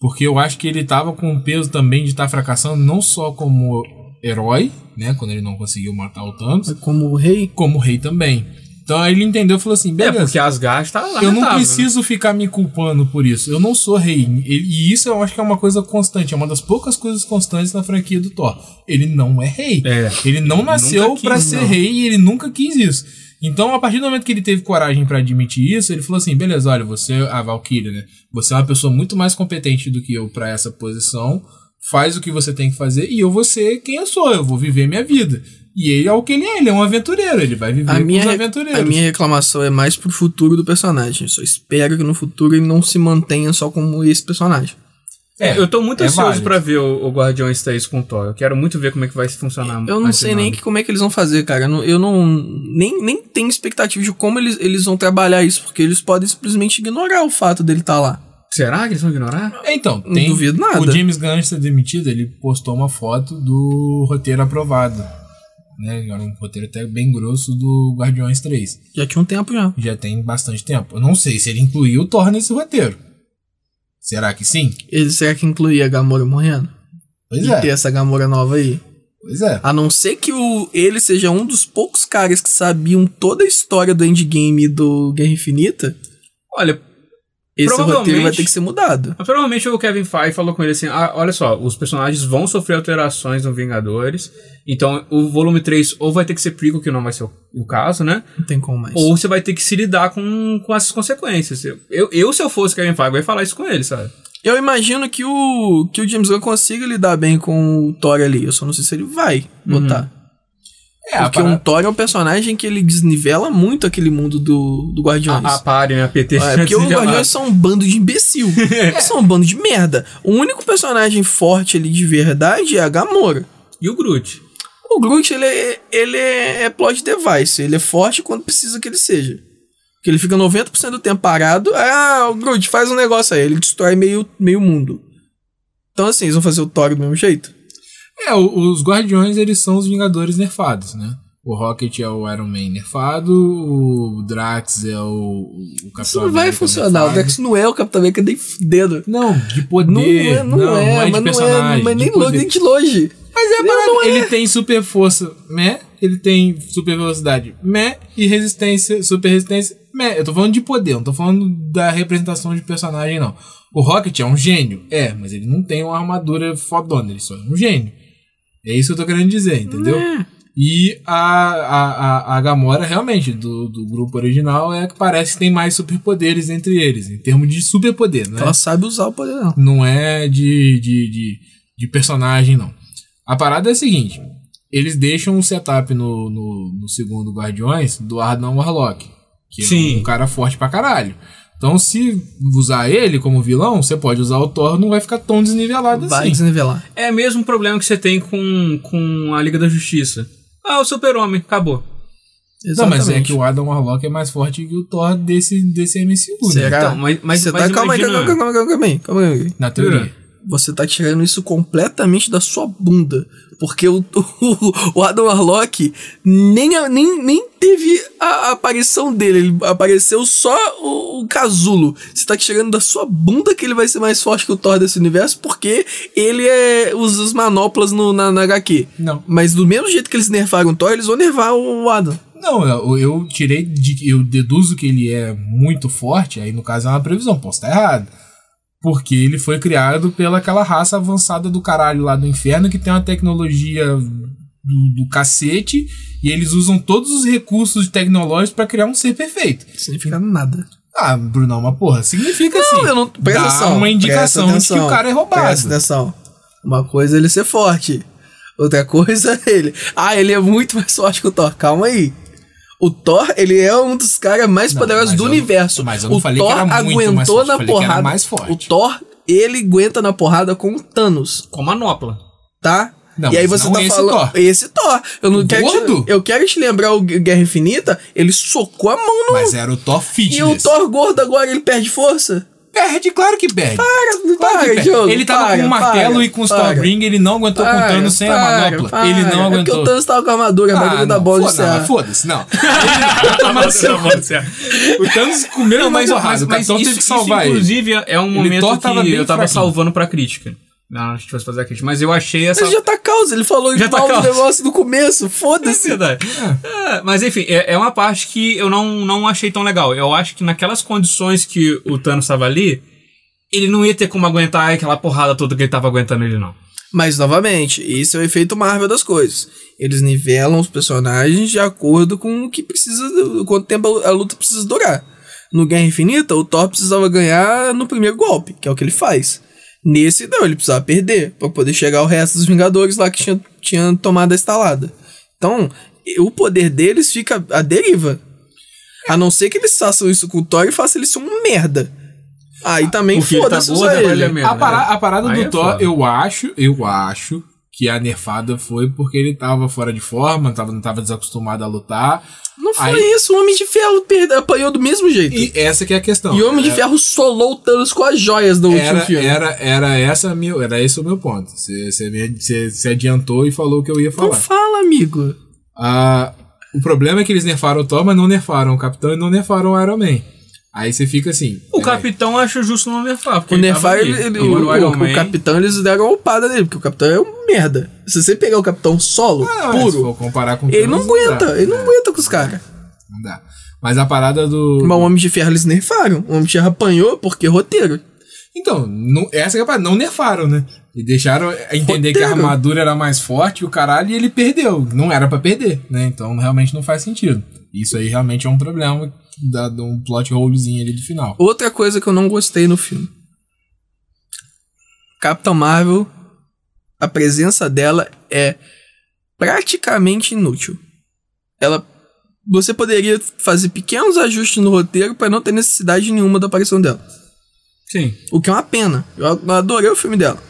S3: Porque eu acho que ele tava com o peso também de estar fracassando, não só como herói, né? Quando ele não conseguiu matar o Thanos,
S2: Como o rei.
S3: É como rei também. Então aí ele entendeu e falou assim:
S1: É,
S3: beleza.
S1: porque as gastas tá lá.
S3: Eu não preciso ficar me culpando por isso. Eu não sou rei. E e isso eu acho que é uma coisa constante. É uma das poucas coisas constantes na franquia do Thor. Ele não é rei.
S1: É.
S3: Ele não nasceu
S1: nunca quis,
S3: pra ser
S1: não.
S3: rei e ele nunca quis isso. Então, a partir do momento que ele teve coragem pra admitir isso, ele falou assim: beleza, olha, você, a Valkyria, né? Você é uma pessoa muito mais competente do que eu pra essa posição. Faz o que você tem que fazer e eu vou ser quem eu sou. Eu vou viver minha vida. E ele é o que ele é. Ele é um aventureiro. Ele vai viver
S2: A
S3: com
S2: minha,
S3: os
S2: re-
S3: aventureiros.
S2: a minha reclamação é mais pro futuro do personagem. Eu só espero que no futuro ele não se mantenha só como esse personagem.
S1: É, eu tô muito
S3: É
S1: ansioso
S3: válido.
S1: pra ver o, o Guardiões 3 com o Thor. Eu quero muito ver como é que vai funcionar.
S2: Eu não
S1: mais
S2: sei
S1: de
S2: nem
S1: nada.
S2: que- como é que eles vão fazer, cara. Eu não, eu não- nem, nem tenho expectativa de como eles, eles vão trabalhar isso, porque eles podem simplesmente ignorar o fato dele estar lá.
S1: Será que eles vão ignorar?
S3: É, Então,
S2: Não
S3: tem,
S2: duvido nada.
S3: o James Gunn antes de ser demitido, ele postou uma foto do roteiro aprovado. Né? Era um roteiro até bem grosso do Guardiões 3.
S2: Já tinha um tempo já.
S3: Já tem bastante tempo. Eu não sei se ele incluiu o Thor nesse roteiro. Será que sim?
S2: Ele, será que incluía a Gamora morrendo?
S3: Pois
S2: e ter
S3: é.
S2: essa Gamora nova aí.
S3: Pois é.
S2: A não ser que o, ele seja um dos poucos caras que sabiam toda a história do endgame e do Guerra Infinita.
S1: Olha,
S2: Esse roteiro vai
S1: Provavelmente-
S2: ter que ser mudado.
S1: Mas provavelmente o Kevin Feige falou com ele assim: "Ah, olha só, os personagens vão sofrer alterações no Vingadores, então o volume 3 ou vai ter que ser prequel, que não vai ser o, o caso, né?
S2: Não tem como mais.
S1: Ou você vai ter que se lidar com, com essas consequências. Eu, eu- eu, se eu fosse Kevin Feige, eu ia falar isso com ele, sabe?
S2: Eu imagino que o, que o James Gunn consiga lidar bem com o Thor ali. Eu só não sei se ele vai botar.
S3: Uhum. É, a
S2: Porque
S3: parada-
S2: um Thor é um personagem que ele desnivela muito aquele mundo do, do Guardiões.
S1: A, a pare, né? A PT.
S2: É, porque os
S1: desenvolve-
S3: tá.
S2: Guardiões são um bando de imbecil. Eles são um bando de merda. O único personagem forte ali de verdade é a Gamora.
S1: E o Groot.
S2: O Groot, ele é, ele é plot device. Ele é forte quando precisa que ele seja. Porque ele fica 90% do tempo parado. Ah, o Groot faz um negócio aí. Ele destrói meio, meio mundo. Então, assim, eles vão fazer o Thor do mesmo jeito?
S3: É, o- os Guardiões, eles são os Vingadores nerfados, né? O Rocket é o Iron Man nerfado, o Drax é o, o Capitão
S2: Isso não vai
S3: América
S2: funcionar. O
S3: nerfado.
S2: Dex não é o Capitão América nem fudendo.
S3: Não, de
S2: Não
S3: poder.
S2: é, não, é, mas
S3: de
S2: não é,
S3: personagem,
S2: mas
S3: de
S2: nem
S3: poder.
S2: longe, nem de longe.
S3: Mas é a
S2: Ele
S3: parada.
S2: não é.
S3: Ele tem super força, né? Ele tem super velocidade, né? E resistência, super resistência, né? Eu tô falando de poder, não tô falando da representação de personagem, não. O Rocket é um gênio, é, mas ele não tem uma armadura fodona, ele só é um gênio. É isso que eu tô querendo dizer, entendeu? E a, a, a, a Gamora, realmente, do, do grupo original, é a que parece que tem mais superpoderes entre eles, em termos de superpoder, né?
S2: Ela sabe usar o poder, não.
S3: Não é de, de, de, de personagem, não. A parada é a seguinte: eles deixam um setup no, no, no segundo Guardiões do Ardan Warlock, que é
S1: Sim.
S3: um cara forte pra caralho. Então, se usar ele como vilão, você pode usar o Thor, não vai ficar tão desnivelado
S2: Vai
S3: assim.
S2: desnivelar.
S1: É o mesmo problema que você tem com, com a Liga da Justiça. Ah, o Super-Homem, acabou.
S3: Não,
S2: Exatamente.
S3: mas é que o Adam Warlock é mais forte que o Thor desse, desse MCU, né?
S2: Será?
S1: Então, mas, mas,
S2: Você
S1: mas
S2: tá, calma aí,
S1: imagina-
S2: calma, calma, calma, calma aí, calma aí.
S3: Na teoria.
S2: Você tá tirando isso completamente da sua bunda. Porque o, o, Adam Warlock nem, a- nem, nem teve a, a aparição dele. Ele apareceu só o, o casulo. Você tá tirando da sua bunda que ele vai ser mais forte que o Thor desse universo porque ele é, usa as manoplas no, na, na HQ.
S3: Não.
S2: Mas do mesmo jeito que eles nerfaram o Thor, eles vão nervar o Adam.
S3: Não, eu, eu tirei de que eu deduzo que ele é muito forte, aí no caso é uma previsão, posso estar errado. Porque ele foi criado pela aquela raça avançada do caralho lá do inferno que tem uma tecnologia do, do cacete e eles usam todos os recursos tecnológicos pra criar um ser perfeito.
S2: Significa nada.
S3: Ah, Brunão, mas porra, significa assim.
S2: Não, eu não. Presta
S3: dá
S2: atenção.
S3: uma indicação
S2: presta
S3: de que o cara é roubado.
S2: Presta atenção. Uma coisa é ele ser forte. Outra coisa é ele. Ah, ele é muito mais forte que o Thor. Calma aí. O Thor, ele é um dos caras mais
S3: Não,
S2: poderosos
S3: mas
S2: do
S3: eu não-
S2: universo.
S3: mas eu não
S2: o
S3: falei que
S2: Thor
S3: era muito mais
S2: aguentou
S3: forte, eu
S2: na
S3: falei que era
S2: porrada.
S3: mais forte.
S2: O Thor, ele aguenta na porrada com o Thanos,
S1: Com manopla.
S2: tá?
S3: Não,
S2: e aí
S3: mas
S2: você
S3: não
S2: tá
S3: esse
S2: falando.
S3: Thor.
S2: Esse Thor. Eu não quero
S3: Gordo?
S2: te, Eu quero te lembrar o Guerra Infinita. Ele socou a mão no.
S3: Mas era o Thor Fitness.
S2: e o Thor gordo agora, ele perde força?
S3: Perde, claro que perde.
S2: Para,
S3: Claro que
S2: para,
S3: perde.
S2: Diogo,
S3: tá ele tava
S2: para,
S3: com um martelo
S2: para,
S3: e com o
S2: para.
S3: Stormbringer, ele não aguentou com o Thanos sem a manopla. ele não
S2: é
S3: aguentou.
S2: Porque o Thanos tava com a armadura, a armadura
S3: Ah,
S2: da
S3: não,
S2: bola de
S3: foda- não,
S2: serra.
S3: Foda-se, não. O Thanos comeu mais
S1: é
S3: honrado. O Capitão teve que salvar ele.
S1: inclusive, é um
S3: Ele
S1: momento
S3: Thor tava
S1: que
S3: bem
S1: eu tava
S3: fraquinho.
S1: salvando pra crítica. Não, a gente fosse fazer a crítica. Mas eu achei essa...
S2: Mas já tá causa, ele falou
S1: Já tá
S2: mal do
S1: causa.
S2: negócio no começo,
S1: É
S2: foda-se.
S1: verdade. É, mas enfim, é, é uma parte que eu não, não achei tão legal. Eu acho que naquelas condições que o Thanos tava ali, ele não ia ter como aguentar aquela porrada toda que ele tava aguentando ele, não.
S2: Mas, novamente, esse é o efeito Marvel das coisas. Eles nivelam os personagens de acordo com o que precisa, quanto tempo a luta precisa durar. No Guerra Infinita, o Thor precisava ganhar no primeiro golpe, que é o que ele faz. Nesse, não, ele precisava perder, pra poder chegar ao resto dos Vingadores lá que tinha, tinha tomado a estalada. Então, e- o poder deles fica à deriva. A não ser que eles façam isso com o Thor e façam ele ser um merda. Aí também
S1: Porque ele tá
S2: foda-se
S1: gordo,
S2: usar
S1: agora ele é
S2: ele.
S1: merda,
S3: A, para- a parada
S1: Aí
S3: do
S1: é
S3: Thor,
S1: foda.
S3: eu acho, eu acho que a nerfada foi porque ele tava fora de forma, tava, não tava desacostumado a lutar.
S2: Não foi
S3: Aí-
S2: isso, o Homem de Ferro perde, apanhou do mesmo jeito.
S3: E essa que é a questão.
S2: E o Homem de Ferro solou o Thanos com as joias do último
S3: era,
S2: filme.
S3: era, era, essa a minha- era esse o meu ponto. Você- Você me- você- você adiantou e falou o que eu ia
S2: Então
S3: falar.
S2: fala, amigo.
S3: Ah, o problema é que eles nerfaram o Thor, mas não nerfaram o Capitão e não nerfaram o Iron Man. Aí você fica assim.
S1: O
S3: peraí.
S1: capitão acha justo não nerfar. porque
S2: O
S1: ele tava
S2: Nefar,
S1: ali.
S2: ele, ele- o,
S1: Agora
S2: o-
S1: Iron
S2: o
S1: Man-
S2: Capitão, eles deram uma opada nele, porque o Capitão é um merda. Se você pegar o Capitão solo,
S3: Ah, mas Se
S2: é puro,
S3: for comparar com o
S2: ele não
S3: Thanos,
S2: aguenta,
S3: dá.
S2: ele não aguenta com os caras.
S3: Não dá. Mas a parada do.
S2: Mas o Homem de Ferro eles nerfaram. O Homem de Ferro apanhou porque é roteiro.
S3: Então, não, essa que é a parada. Não nerfaram, né? E deixaram a entender que a
S2: Roteiro.
S3: armadura era mais forte e o caralho, e ele perdeu. Não era pra perder, né? Então realmente não faz sentido. Isso aí realmente é um problema, dá dá um plot holezinho ali do final.
S2: Outra coisa que eu não gostei no filme. Capitão Marvel, a presença dela é praticamente inútil. Ela você poderia fazer pequenos ajustes no roteiro para não ter necessidade nenhuma da aparição dela.
S1: Sim.
S2: O que é uma pena. Eu a- eu adorei o filme dela.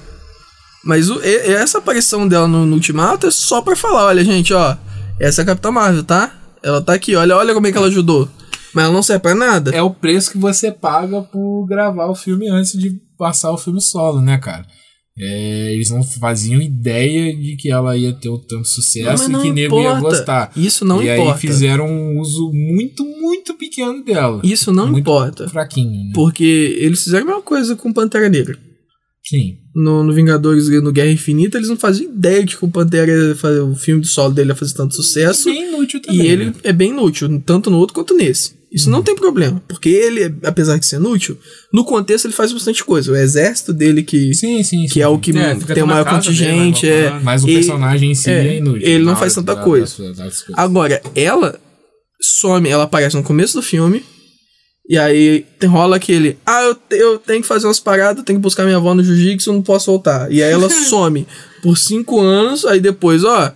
S2: Mas o- e- essa aparição dela no, no Ultimato é só pra falar: olha, gente, ó, essa é a Capitã Marvel, tá? Ela tá aqui, olha, olha como é que ela ajudou. Mas ela não serve pra nada.
S3: É o preço que você paga por gravar o filme antes de passar o filme solo, né, cara? É, eles não faziam ideia de que ela ia ter o tanto sucesso
S2: Mas não
S3: e que nego ia
S2: importa.
S3: gostar.
S2: Isso não
S3: e
S2: importa.
S3: aí fizeram um uso muito, muito pequeno dela.
S2: Isso não
S3: Muito
S2: importa.
S3: Fraquinho, né?
S2: Porque eles fizeram a mesma coisa com Pantera Negra.
S3: Sim.
S2: No, no Vingadores, no Guerra Infinita, eles não faziam ideia de que o Pantera ia fazer, o filme do solo dele ia fazer tanto sucesso.
S3: Bem inútil também.
S2: E ele
S3: né?
S2: é bem inútil, tanto no outro quanto nesse. Isso
S3: Uhum.
S2: não tem problema, porque ele, apesar de ser inútil, no contexto ele faz bastante coisa. O exército dele, que,
S3: Sim, sim, sim.
S2: que é o que
S1: É, fica
S2: tem o
S1: numa
S2: maior
S1: casa
S2: contingente,
S1: dele,
S2: é.
S1: né?
S3: Mas o
S2: ele-
S3: personagem em si
S2: é,
S3: é, inútil.
S2: ele não
S3: na
S2: faz
S3: hora
S2: tanta
S3: da-
S2: coisa.
S3: das- das- das coisas.
S2: Agora, ela some, ela aparece no começo do filme, e aí tem- rola aquele: ah, eu, te- eu tenho que fazer umas paradas, eu tenho que buscar minha avó no jiu-jitsu, eu não posso voltar. E aí ela some por cinco anos, aí depois, ó.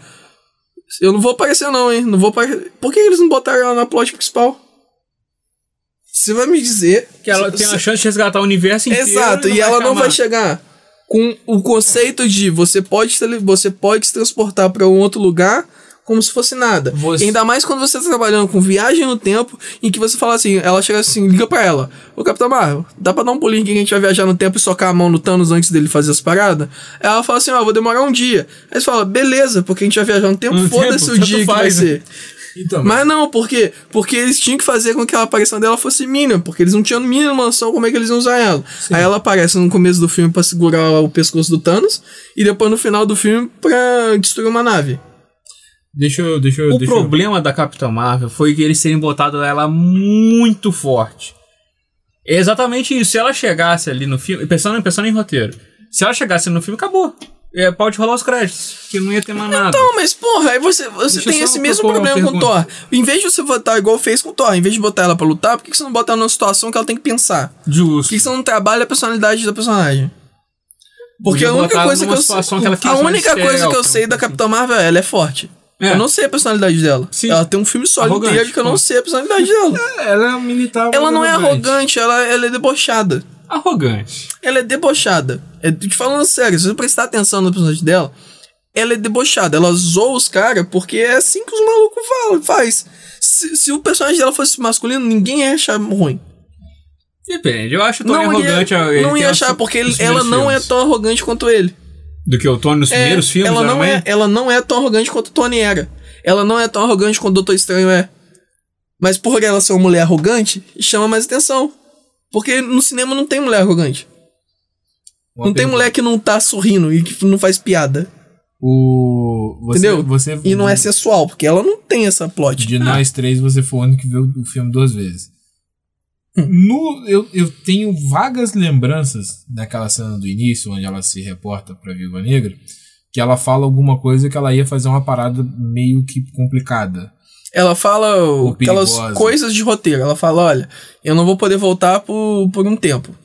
S2: Eu não vou aparecer, não, hein? Não vou aparecer. Por que eles não botaram ela na plot principal? Você vai me dizer
S1: Que ela
S2: se-
S1: tem
S2: se-
S1: a chance de resgatar o universo inteiro.
S2: Exato, e ela não vai chegar com o conceito de você pode, se tele- você pode se transportar para um outro lugar como se fosse nada.
S3: Você-
S2: Ainda mais quando você tá trabalhando com viagem no tempo, em que você fala assim, ela chega assim, liga pra ela, ô Capitão Marvel, dá pra dar um pulinho aqui que a gente vai viajar no tempo e socar a mão no Thanos antes dele fazer as paradas? Ela fala assim, ó, vou demorar um dia. Aí você fala, beleza, porque a gente vai viajar no tempo,
S1: No
S2: foda-se
S1: tempo,
S2: o
S1: tanto
S2: dia que vai
S1: faz, né?
S2: ser.
S3: Então,
S2: Mas não, por quê? Porque eles tinham que fazer com que a aparição dela fosse mínima, porque eles não tinham mínima noção como é que eles iam usar ela. Aí ela aparece no começo do filme pra segurar o pescoço do Thanos e depois no final do filme pra destruir uma nave.
S3: deixa eu. Deixa eu
S1: O
S3: deixa eu-
S1: problema da Capitã Marvel foi que eles terem botado ela muito forte. É exatamente isso. Se ela chegasse ali no filme, pensando, pensando em roteiro, se ela chegasse no filme, acabou. É, pode rolar os créditos, que não ia ter mais nada.
S2: Não, Então, mas porra, aí você, você
S1: Deixa eu
S2: tem
S1: só
S2: esse mesmo
S1: propor uma
S2: problema com o Thor.
S1: pergunta.
S2: Em vez de você botar igual fez com o Thor, em vez de botar ela pra lutar, por que que você não bota ela numa situação que ela tem que pensar? Por
S1: Justo.
S2: Então, que que você não trabalha a personalidade da personagem? Porque
S1: Podia
S2: a única
S1: botar
S2: coisa que
S1: numa
S2: eu
S1: situação que ela
S2: a
S1: faz mais
S2: única coisa que eu
S1: stealth,
S2: sei da
S1: assim.
S2: Capitã Marvel é ela é forte.
S1: É.
S2: Eu não sei a personalidade dela.
S1: Sim.
S2: Ela tem um filme só
S1: Arrogante,
S2: inteiro que eu não
S1: pô.
S2: sei a personalidade dela.
S3: Ela é um militar.
S2: ela não é arrogante, ela, ela é debochada.
S1: Arrogante.
S2: Ela é debochada. É, tô te falando sério, se você prestar atenção no personagem dela, ela é debochada. Ela zoa os caras porque é assim que os malucos falam, faz. Se, se o personagem dela fosse masculino, ninguém ia achar ruim.
S1: Depende. Eu acho o Tony é arrogante.
S2: ia,
S1: ele
S2: não
S1: tem
S2: ia
S1: a-
S2: achar, porque ele-
S1: os
S2: ela
S1: primeiros
S2: não
S1: filmes.
S2: é tão arrogante quanto ele.
S1: Do que o Tony nos
S2: É,
S1: primeiros filmes?
S2: ela não
S1: Iron
S2: é,
S1: Man?
S2: ela não é tão arrogante quanto o Tony era. Ela não é tão arrogante quanto o Doutor Estranho é. Mas por ela ser uma mulher arrogante, chama mais atenção. Porque no cinema não tem mulher arrogante. não tem mulher que não tá sorrindo e que não faz piada.
S3: O. Você,
S2: Entendeu?
S3: Você,
S2: E não é sensual, porque ela não tem essa plot.
S3: De nós três, você foi o único que viu o filme duas vezes. No, eu, eu tenho vagas lembranças daquela cena do início, onde ela se reporta pra Viúva Negra, que ela fala alguma coisa que ela ia fazer uma parada meio que complicada.
S2: Ela fala
S3: Ou
S2: aquelas
S3: perigosa.
S2: coisas de roteiro. Ela fala, olha, eu não vou poder voltar por, por um tempo.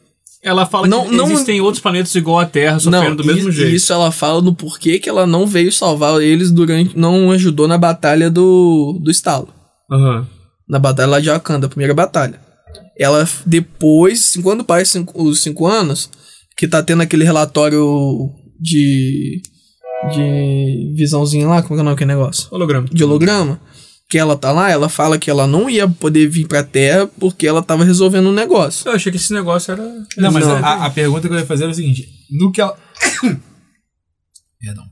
S1: Ela fala
S2: Não-
S1: que
S2: não-
S1: existem outros planetas igual a Terra, Tá sofrendo do mesmo
S2: e-
S1: jeito.
S2: Isso ela fala no porquê que ela não veio salvar eles durante. Não ajudou na batalha do, do estalo.
S1: Aham.
S2: Na batalha lá de Wakanda, a primeira batalha. Ela f- depois, quando faz cinco- os cinco anos, que tá tendo aquele relatório de. de visãozinha lá, como é que é o nome que negócio?
S1: Holograma.
S2: de holograma, que ela tá lá, ela fala que ela não ia poder vir pra Terra porque ela tava resolvendo um negócio.
S1: Eu achei que esse negócio era.
S3: Não, mas é-
S2: Não.
S3: A, a pergunta que eu ia fazer era o seguinte: no que ela. Perdão.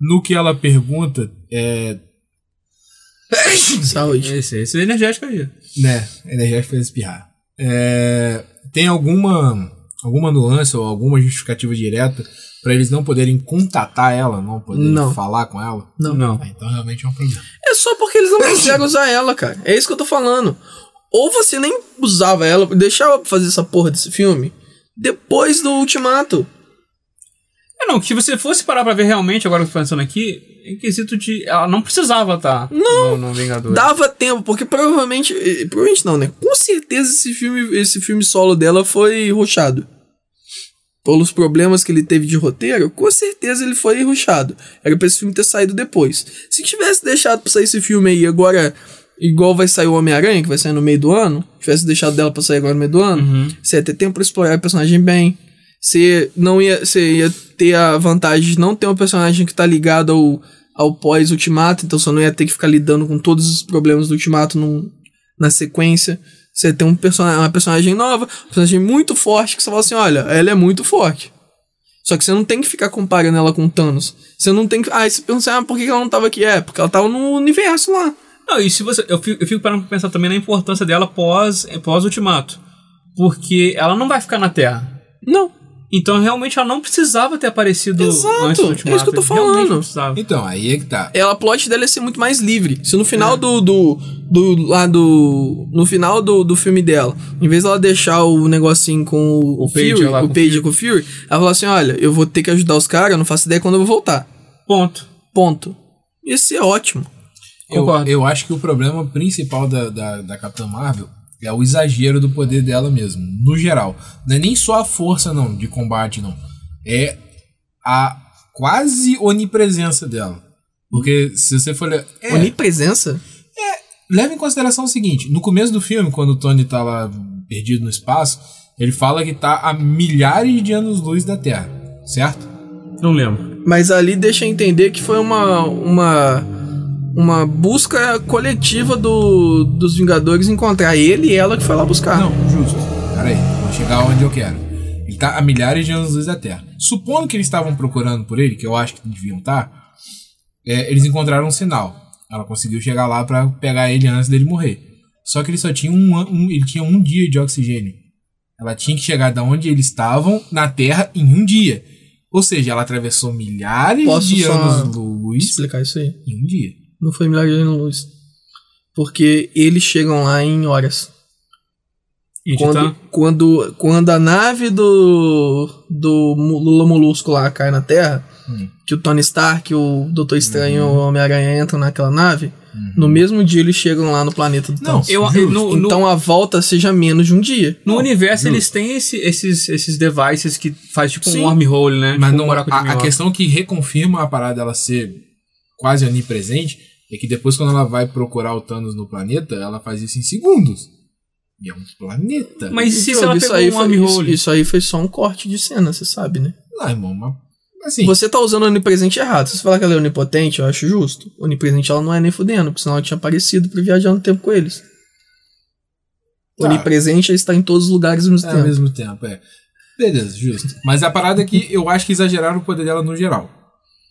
S3: No que ela pergunta, é.
S2: Saúde.
S1: Esse, esse é energético aí.
S3: Né, energético fez espirrar. É, tem alguma alguma nuance ou alguma justificativa direta pra eles não poderem contatar ela, não poderem
S2: Não.
S3: falar com ela?
S2: Não.
S1: Não.
S3: Ah, então realmente é um problema.
S2: É só porque eles não quiseram usar ela, cara. É isso que eu tô falando. Ou você nem usava ela, deixava pra fazer essa porra desse filme depois do Ultimato.
S1: É, não, que se você fosse parar pra ver realmente, agora que eu tô pensando aqui, em quesito de. Ela não precisava estar não. no, no Vingadores.
S2: Dava tempo, porque provavelmente. eh, Provavelmente não, né? Com certeza esse filme, esse filme solo dela foi ruchado. Pelos problemas que ele teve de roteiro, com certeza ele foi ruchado. Era pra esse filme ter saído depois. Se tivesse deixado pra sair esse filme aí agora, igual vai sair o Homem-Aranha, que vai sair no meio do ano, tivesse deixado dela pra sair agora no meio do ano,
S1: Uhum.
S2: você ia ter tempo pra explorar o personagem bem. Você não ia, você ia ter a vantagem de não ter um personagem que tá ligado ao, ao pós-ultimato, então você não ia ter que ficar lidando com todos os problemas do ultimato num- na sequência. Você ia ter um personagem, uma personagem nova, um personagem muito forte, que você fala assim, olha, ela é muito forte. Só que você não tem que ficar comparando ela com o Thanos. Você não tem que. Ah, e você pensa, ah, por que que ela não tava aqui? É, porque ela tava no universo lá.
S1: Não, e se você. Eu fico, eu fico parando pra pensar também na importância dela pós, pós Ultimato. Porque ela não vai ficar na Terra.
S2: Não.
S1: Então realmente ela não precisava ter aparecido
S2: Exato,
S1: antes do
S2: é
S1: Ultimato.
S2: isso que eu tô
S1: Realmente
S2: falando.
S1: não precisava.
S3: Então, aí é que tá.
S2: ela, a plot dela é ser muito mais livre. Se no final do, do, do. lá do. No final do, do filme dela, em vez dela deixar o negocinho com o,
S1: O Page
S2: Fury,
S1: lá
S2: o
S1: com o
S2: Page com o Fury, ela fala assim: olha, eu vou ter que ajudar os caras, eu não faço ideia quando eu vou voltar.
S1: Ponto.
S2: Ponto. Ia ser ótimo.
S3: Eu,
S1: Concordo.
S3: eu acho que o problema principal da, da, da Capitã Marvel é o exagero do poder dela mesmo, no geral. Não é nem só a força, não, de combate, não. É a quase onipresença dela. Porque se você for... le- É,
S2: Onipresença?
S3: leva em consideração o seguinte: no começo do filme, quando o Tony tá lá perdido no espaço, ele fala que tá a milhares de anos-luz da Terra, certo?
S1: Não lembro.
S2: Mas ali deixa entender que foi uma. uma. Uma busca coletiva do, dos Vingadores encontrar ele e ela que foi lá buscar.
S3: Não, justo. Peraí, vou chegar onde eu quero. Ele tá a milhares de anos-luz da Terra. Supondo que eles estavam procurando por ele, que eu acho que deviam estar, é, eles encontraram um sinal. Ela conseguiu chegar lá pra pegar ele antes dele morrer. Só que ele só tinha um, an- um- ele tinha um dia de oxigênio. Ela tinha que chegar da onde eles estavam na Terra em um dia. Ou seja, ela atravessou milhares
S2: Posso
S3: de
S2: só
S3: anos-luz
S2: Explicar isso aí.
S3: em um dia.
S2: Não foi milagre de luz. Porque eles chegam lá em horas.
S1: E
S2: Quando,
S3: tá?
S1: Titã?
S2: quando, quando a nave do, do Mu- Lula Molusco lá cai na Terra,
S3: Hum.
S2: que o Tony Stark, o Doutor Estranho e o Homem-Aranha entram naquela nave,
S3: Uhum.
S2: no mesmo dia eles chegam lá no planeta do
S3: Não,
S2: Thanos.
S1: Eu,
S3: Justo.
S1: no, no-
S2: então a volta seja menos de um dia.
S1: no
S3: Não,
S1: universo
S3: justo.
S1: eles têm esse- esses, esses devices que faz tipo
S2: Sim.
S1: um wormhole, né?
S3: Mas
S1: tipo um
S3: não, a,
S1: buraco de
S3: a
S1: minhoca.
S3: questão que reconfirma a parada dela ser quase onipresente é que depois, quando ela vai procurar o Thanos no planeta, ela faz isso em segundos. E é um planeta.
S1: Mas e se,
S2: Então,
S1: ela
S2: isso,
S1: pegou
S2: aí
S1: um
S2: foi, isso,
S1: wormhole?
S2: isso aí foi só um corte de cena, você sabe, né?
S3: Não, Ah, irmão, mas. Assim.
S2: Você tá usando onipresente errado. Se você falar que ela é onipotente, eu acho justo. Onipresente ela não é nem fudendo, porque senão ela tinha aparecido pra viajar no tempo com eles.
S3: Tá.
S2: Onipresente é estar em todos os lugares ao mesmo
S3: É, ao
S2: tempo.
S3: mesmo tempo, é. Beleza, justo. Mas a parada é que eu acho que exageraram o poder dela no geral.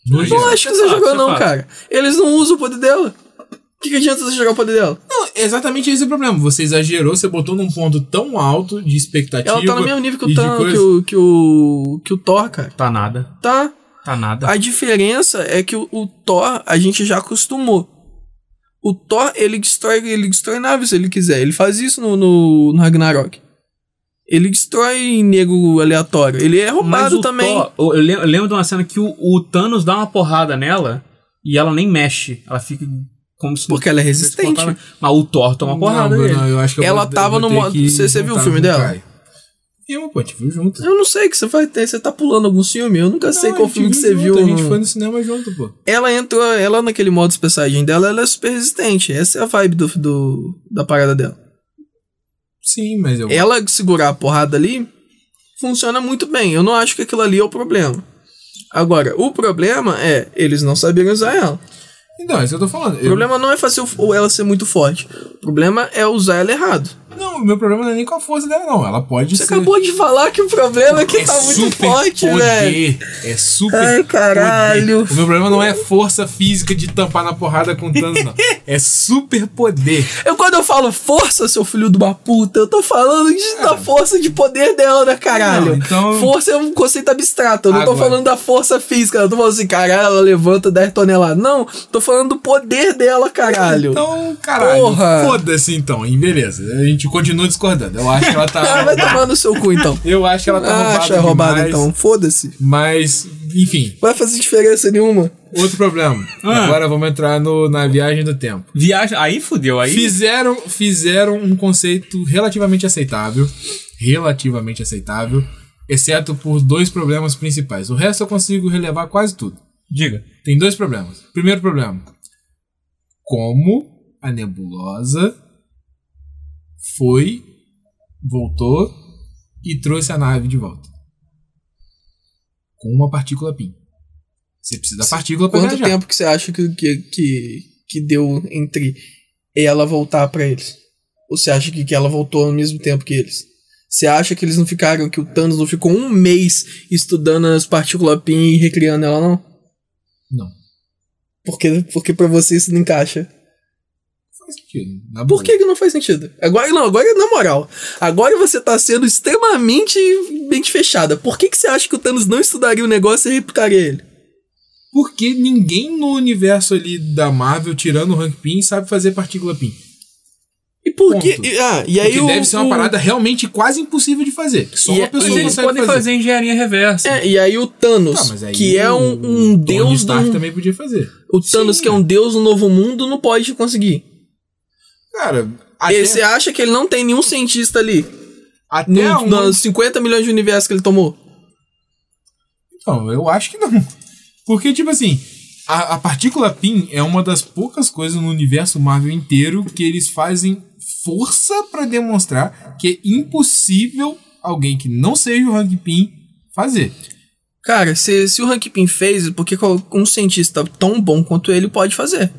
S3: No
S1: Não
S2: Não
S3: geral.
S2: acho que
S1: Isso é
S2: você
S1: fato,
S2: jogou,
S1: isso é
S2: não,
S1: fato.
S2: cara. Eles não usam o poder dela. O que, que adianta você jogar o poder dela?
S3: Não, exatamente esse é o problema. Você exagerou, você botou num ponto tão alto de expectativa.
S2: Ela tá no mesmo nível que
S3: e
S2: o,
S3: de
S2: Thanos,
S3: coisa.
S2: que, o, que, o, que o Thor, cara.
S1: Tá nada.
S2: Tá.
S1: Tá nada.
S2: A diferença é que o, o Thor a gente já acostumou. O Thor, ele destrói, ele destrói nave se ele quiser. Ele faz isso no, no, no Ragnarok. Ele destrói nego aleatório. Ele é
S1: Mas
S2: roubado
S1: o
S2: também.
S1: Thor- eu, eu lem- eu lembro de uma cena que o, o Thanos dá uma porrada nela e ela nem mexe. Ela fica como se.
S2: Porque ela é resistente.
S1: Mas o Thor toma uma porrada
S3: Não, é.
S1: dele.
S3: Bruno, eu acho que eu
S2: Ela
S3: vou-
S2: tava
S3: eu vou
S2: no
S3: ter
S2: modo-
S3: que
S2: você- você viu o
S3: juntar
S2: filme
S3: com
S2: dela?
S3: Caio. Eu, pô, a gente viu junto.
S2: Eu não sei o que você vai ter. Você tá pulando algum filme? Eu nunca sei qual filme que você viu.
S3: A né? gente
S2: no-
S3: foi no cinema junto, pô.
S2: Ela entrou, ela naquele modo Super Saiyajin dela, ela é super resistente. Essa é a vibe do, do- da parada dela.
S3: Sim, mas eu.
S2: ela segurar a porrada ali funciona muito bem. Eu não acho que aquilo ali é o problema. Agora, o problema é eles não saberem usar ela.
S3: Então, é isso que eu tô falando.
S2: O problema não é fazer o- ou ela ser muito forte. O problema é usar ela errado.
S3: Eu... Não, o meu problema não é nem com a força dela, não. Ela pode
S2: Você
S3: ser.
S2: acabou de falar que o problema é que tá muito forte, velho.
S3: É super
S2: Ai, caralho.
S3: poder. O meu problema não é força física de tampar na porrada com Thanos, não. É super poder.
S2: Eu, quando eu falo força, seu filho de uma puta, eu tô falando de- da força de poder dela, né, caralho?
S3: É. Não, então-
S2: Força é um conceito abstrato, eu não tô
S3: Agora-
S2: falando da força física, eu tô falando assim, caralho, ela levanta 10 toneladas. Não, tô falando do poder dela, caralho.
S3: Então, caralho,
S2: Porra.
S3: foda-se então, hein? Beleza. A gente continua discordando. Eu acho que ela
S2: Ah, vai
S3: tá.
S2: tomar no seu cu, então.
S3: eu acho que ela tá
S2: Ah,
S3: roubada.
S2: acha roubada,
S3: demais,
S2: então. Foda-se.
S3: Mas, enfim,
S2: Vai fazer diferença nenhuma.
S3: outro problema.
S1: Ah.
S3: Agora vamos entrar no, na viagem do tempo.
S1: Viaja. Aí fudeu, aí.
S3: Fizeram, fizeram um conceito relativamente aceitável. Relativamente aceitável. Exceto por dois problemas principais. O resto eu consigo relevar quase tudo.
S1: Diga.
S3: Tem dois problemas. Primeiro problema: como a nebulosa foi, voltou e trouxe a nave de volta com uma partícula PIN. Você precisa da partícula para
S2: Quanto
S3: viajar.
S2: tempo que você acha que, que, que, que deu entre ela voltar pra eles? Ou você acha que, que ela voltou ao mesmo tempo que eles? Você acha que eles não ficaram, que o Thanos não ficou um mês estudando as partículas PIN e recriando ela, não?
S3: Não.
S2: Porque, porque pra você isso não encaixa.
S3: Faz sentido. Na boa.
S2: Por que, que não faz sentido? Agora não, agora na moral. Agora você tá sendo extremamente mente fechada. Por que, que você acha que o Thanos não estudaria o negócio e replicaria ele?
S3: Porque ninguém no universo ali da Marvel, tirando o Hank Pym, sabe fazer partícula PIN.
S2: E por que.
S3: Ponto.
S2: e- Ah, e aí
S3: o que
S2: o-
S3: deve ser uma
S2: o-
S3: parada realmente quase impossível de fazer. que Só
S2: E
S3: uma
S2: é-
S1: Mas
S3: pessoa
S1: eles
S3: consegue
S1: podem fazer. engenharia reversa.
S2: É, e aí o Thanos,
S3: Tá, mas aí
S2: que é um, um
S3: o Tony
S2: deus do.
S3: Stark também podia fazer.
S2: O Thanos,
S3: Sim.
S2: que é um deus do novo mundo, não pode conseguir.
S3: Cara,
S2: E
S3: até,
S2: Você acha que ele não tem nenhum cientista ali?
S3: até
S2: No,
S3: um-
S2: Nos 50 milhões de universos que ele tomou?
S3: Não, Então, eu acho que não. Porque, tipo assim, a, a partícula PIN é uma das poucas coisas no universo Marvel inteiro que eles fazem força pra demonstrar que é impossível alguém que não seja o Hank Pym fazer.
S2: Cara, se, se o Hank Pym fez, por que qual- um cientista tão bom quanto ele pode fazer?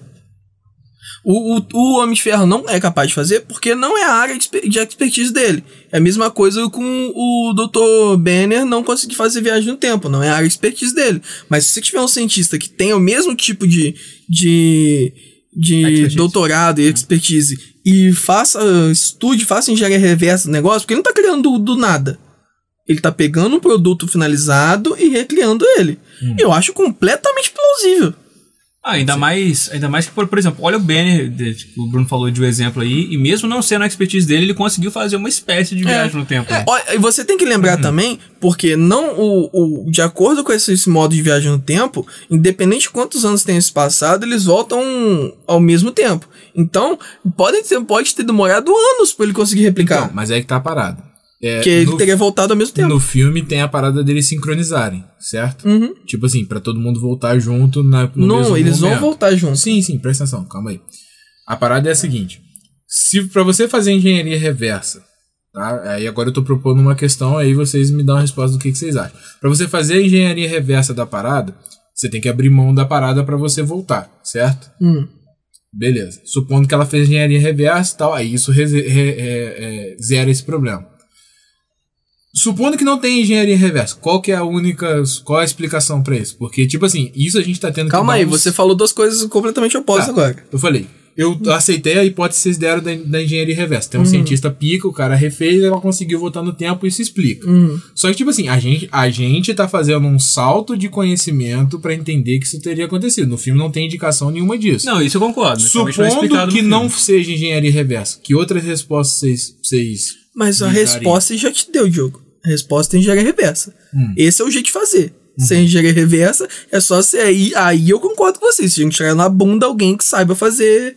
S2: O, o, o Homem de Ferro não é capaz de fazer porque não é a área de exper- de expertise dele. É a mesma coisa com o Dr. Banner não conseguir fazer viagem no tempo, não é a área de expertise dele. Mas se você tiver um cientista que tenha o mesmo tipo de, de, de
S1: Expertise.
S2: doutorado e expertise e faça, estude, faça engenharia reversa do negócio, porque ele não tá criando do, do nada. Ele tá pegando um produto finalizado e recriando ele.
S3: Hum.
S2: Eu acho completamente plausível.
S1: Ah, ainda mais, ainda mais que, por, por exemplo, olha o Banner, de- tipo, o Bruno falou de um exemplo aí, e mesmo não sendo a expertise dele, ele conseguiu fazer uma espécie de viagem no tempo.
S3: É.
S1: né?
S2: Ó, E você tem que lembrar
S3: Uhum.
S2: também, porque não o, o- de acordo com esse, esse modo de viagem no tempo, independente de quantos anos tenham se passado, eles voltam ao mesmo tempo. Então, pode ter, pode ter demorado anos pra ele conseguir replicar,
S3: Então, mas é que tá a parada. É,
S2: porque ele
S3: no,
S2: teria voltado ao mesmo tempo.
S3: no filme tem a parada deles sincronizarem, certo?
S2: Uhum.
S3: Tipo assim, pra todo mundo voltar junto na, no mesmo
S2: Não, eles vão
S3: momento.
S2: voltar juntos.
S3: Sim, sim, presta atenção, calma aí. A parada é a seguinte: se para você fazer engenharia reversa, tá? Aí agora eu tô propondo uma questão, aí vocês me dão a resposta do que, que vocês acham. Pra você fazer a engenharia reversa da parada, você tem que abrir mão da parada pra você voltar, certo?
S2: Hum.
S3: Beleza. Supondo que ela fez engenharia reversa e tal, aí isso reze- re- é- é- zera esse problema. Supondo que não tem engenharia reversa, qual que é a única. Qual é a explicação pra isso? Porque, tipo assim, isso a gente tá tendo que
S2: Calma
S3: dar
S2: aí,
S3: uns-
S2: você falou duas coisas completamente opostas
S3: Tá.
S2: agora.
S3: eu falei, eu aceitei a hipótese que vocês deram da, da engenharia reversa.
S2: Uhum.
S3: Tem um cientista pica, o cara refez, ela conseguiu voltar no tempo e isso explica.
S2: Uhum.
S3: Só que, tipo assim, a gente, a gente tá fazendo um salto de conhecimento pra entender que isso teria acontecido. No filme não tem indicação nenhuma disso.
S1: Não, isso eu concordo. principalmente não é
S3: Supondo
S1: explicado
S3: que
S1: no
S3: não
S1: filme.
S3: seja engenharia reversa, que outras respostas vocês. vocês
S2: Mas a
S3: Ligaria.
S2: resposta já te deu, Diogo. A resposta é engenharia reversa.
S3: Hum. Uhum.
S2: Esse é o jeito de fazer. Sem engenharia reversa, é só ser aí. Aí eu concordo com vocês. Se a gente tirar na bunda alguém que saiba fazer.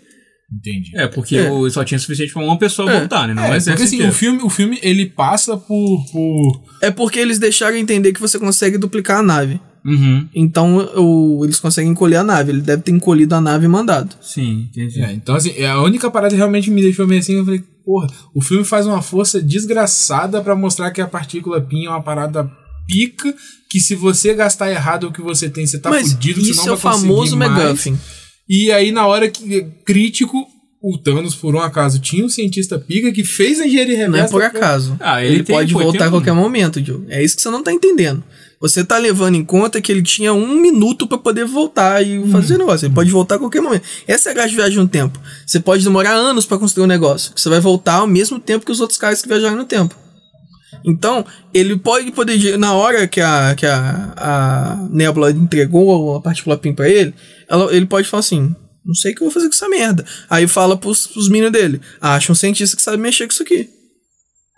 S3: entendi.
S1: É, porque
S2: É.
S1: o- só tinha suficiente pra uma pessoa
S2: É.
S1: voltar, né? Não
S3: É,
S1: é,
S3: porque assim, o filme, o filme ele passa por. por
S2: É porque eles deixaram entender que você consegue duplicar a nave.
S1: Uhum,
S2: Então o- eles conseguem encolher a nave. Ele deve ter encolhido a nave e mandado.
S1: sim, entendi.
S3: É, então, assim, é a única parada que realmente me deixou meio assim, eu falei, porra, o filme faz uma força desgraçada pra mostrar que a partícula PIN é uma parada pica, que se você gastar errado o que você tem, você tá
S2: Mas
S3: fudido, que você
S2: isso
S3: não
S2: é o
S3: vai conseguir
S2: famoso
S3: mais.
S2: McGuffin.
S3: E aí, na hora que crítico, o Thanos, por um acaso, tinha um cientista pica que fez a engenharia
S2: Não
S3: reversa.
S2: é por acaso.
S1: Ah,
S2: Ele,
S1: tem-
S2: pode
S1: pô,
S2: voltar
S1: tem
S2: a
S1: um-
S2: qualquer momento, Diogo. É isso que você não tá entendendo. Você tá levando em conta que ele tinha um minuto pra poder voltar
S1: Uhum.
S2: e fazer o negócio. Ele pode voltar a qualquer momento. Essa é a graça de viagem no tempo. Você pode demorar anos pra construir um negócio. que Você vai voltar ao mesmo tempo que os outros caras que viajaram no tempo. Então, ele pode poder. de- Na hora que a, que a, a Nebula entregou a partícula PIN pra ele, ela- ele pode falar assim: Não sei o que eu vou fazer com essa merda. Aí fala pros, pros meninos dele: Acha um cientista que sabe mexer com isso aqui.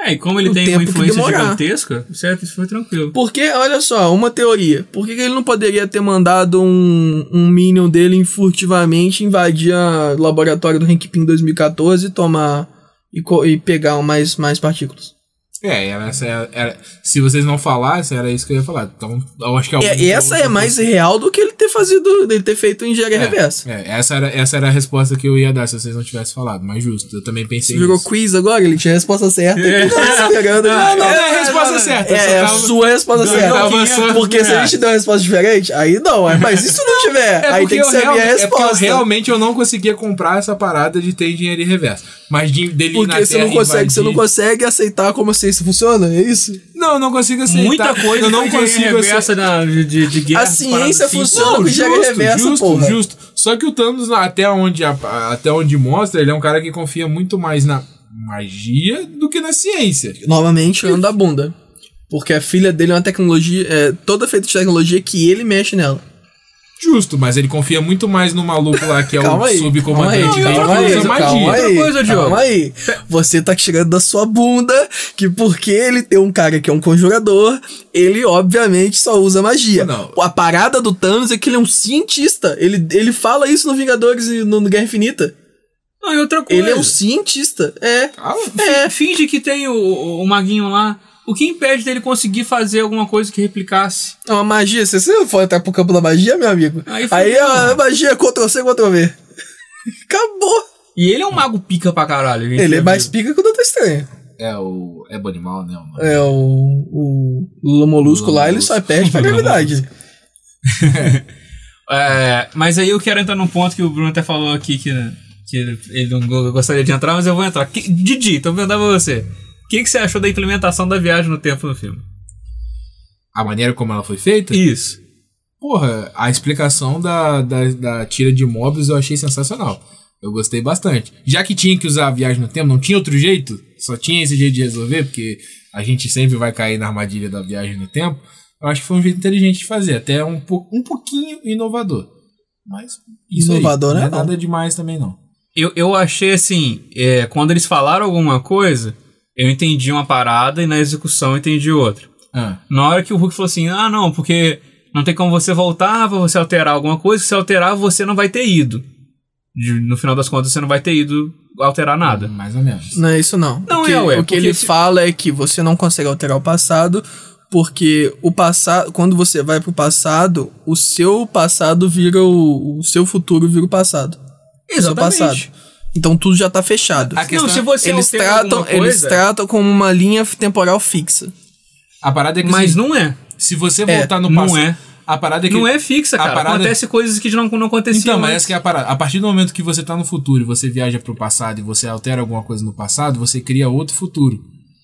S1: É, e como ele
S2: o
S1: tem uma
S2: tempo que
S1: influência
S2: demorar.
S1: gigantesca, certo, isso foi tranquilo.
S2: Porque, olha só, uma teoria. Por que, que ele não poderia ter mandado um, um Minion dele furtivamente invadir a- o laboratório do Hank Pym em 2014 e tomar. e, co- e pegar mais, mais partículas?
S3: É, era, essa era- era- se vocês não falassem, era isso que eu ia falar. Então, eu acho que algum-
S2: É, essa é mais real do que ele ter fazido. dele ter feito engenharia reversa.
S3: assim. É, essa, era, essa era a resposta que eu ia dar se vocês não tivessem falado, mas justo. Eu também pensei
S2: Você jogou
S3: nisso.
S2: quiz agora, ele tinha a resposta certa.
S1: É.
S2: Ele tava esperando.
S3: Não, não, é a resposta certa. eu
S2: É,
S3: só
S2: é a
S3: tava-
S2: sua resposta
S3: Ganhou
S2: certa.
S3: quinhentos
S2: Porque se a
S1: reais.
S2: gente der uma resposta diferente, aí não. é, Mas e se não tiver,
S3: É
S2: aí
S3: porque
S2: tem que
S3: eu
S2: ser a minha
S3: realmente- é porque eu
S2: resposta.
S3: realmente eu não conseguia comprar essa parada de ter engenharia reversa. Mas de, dele ir na
S2: Porque você
S3: Terra
S2: não consegue,
S3: invadir-
S2: você não consegue aceitar como a ciência funciona, é isso?
S3: Não, eu não consigo
S2: tá.
S3: aceitar.
S1: Muita coisa
S3: eu
S1: foi
S3: não
S1: de
S3: consigo aceitar.
S1: reversa da, de, de guerra.
S2: A ciência
S1: parada assim.
S2: funciona.
S3: Não,
S2: que joga reversa,
S3: justo,
S2: porra.
S3: justo. Só que o Thanos, até onde, a- até onde mostra, ele é um cara que confia muito mais na magia do que na ciência.
S2: Novamente, olhando da bunda. Porque a filha dele é uma tecnologia, é, toda feita de tecnologia que ele mexe nela.
S3: Justo, mas ele confia muito mais no maluco lá que é
S2: Calma
S3: o
S2: aí.
S3: subcomandante dele
S2: calma
S3: que
S2: aí,
S3: usa
S2: calma aí,
S3: magia.
S2: calma aí,
S1: Outra coisa, Diogo.
S2: calma aí. Você tá tirando da sua bunda que porque ele tem um cara que é um conjurador, ele obviamente só usa magia.
S3: Não.
S2: A parada do Thanos é que ele é um cientista. Ele, ele fala isso no Vingadores e no, no Guerra Infinita.
S1: Não, e outra coisa.
S2: Ele é um cientista. É.
S3: Calma.
S2: É.
S1: Finge que tem o, o, o maguinho lá. O que impede dele conseguir fazer alguma coisa que replicasse?
S2: É uma magia. Se você for entrar pro campo da magia, meu amigo,
S1: Aí
S2: aí,
S1: fudeu,
S2: a
S1: mano.
S2: magia é Ctrl C, Ctrl V. Acabou.
S1: E ele é um mago pica pra caralho. a gente
S2: Ele
S1: já
S2: é mais
S1: viu.
S2: pica que o Doutor Estranho.
S3: É o. É Bonimal, né? o nome?
S2: É, o, o Lula Molusco lá, ele só perde pra gravidade.
S1: É, mas aí eu quero entrar num ponto que o Bruno até falou aqui que, que ele não go- gostaria de entrar, mas eu vou entrar. Que- Didi, tô perguntando pra você. O que, que você achou da implementação da viagem no tempo no filme?
S3: A maneira como ela foi feita?
S1: Isso.
S3: Porra, a explicação da, da, da tira de Mobius eu achei sensacional. Eu gostei bastante. Já que tinha que usar a viagem no tempo, não tinha outro jeito? Só tinha esse jeito de resolver, porque a gente sempre vai cair na armadilha da viagem no tempo. Eu acho que foi um jeito inteligente de fazer, até um, po- um pouquinho inovador. Mas isso aí,
S2: Inovador, né,
S3: não é
S2: não.
S3: nada demais também, não.
S1: Eu, eu achei assim, é, quando eles falaram alguma coisa, eu entendi uma parada e na execução eu entendi outra.
S3: Ah,
S1: Na hora que o Hulk falou assim, ah não, porque não tem como você voltar, pra você alterar alguma coisa, se você alterar, você não vai ter ido. De- no final das contas, você não vai ter ido alterar nada.
S3: mais ou menos.
S2: Não é isso, não.
S1: Não
S2: o que,
S1: é, ué,
S2: O
S1: porque
S2: que ele
S1: se-
S2: fala é que você não consegue alterar o passado, porque o passado. Quando você vai pro passado, o seu passado vira o. O seu futuro vira o passado. O seu passado. Então tudo já tá fechado.
S3: A questão
S1: não, se você
S2: Eles
S1: altera
S2: tratam,
S1: alguma coisa,
S2: eles tratam como uma linha temporal fixa.
S3: A parada é que
S1: mas
S3: assim,
S1: não é.
S3: se você
S2: É,
S3: voltar no
S1: não
S3: passado.
S1: é.
S3: A parada é que
S1: Não é fixa,
S3: a
S1: cara.
S3: parada-
S1: Acontece coisas que não, não aconteciam.
S3: Então, mas
S1: antes.
S3: essa que é a parada. A partir do momento que você tá no futuro e você viaja pro passado e você altera alguma coisa no passado, você cria outro futuro.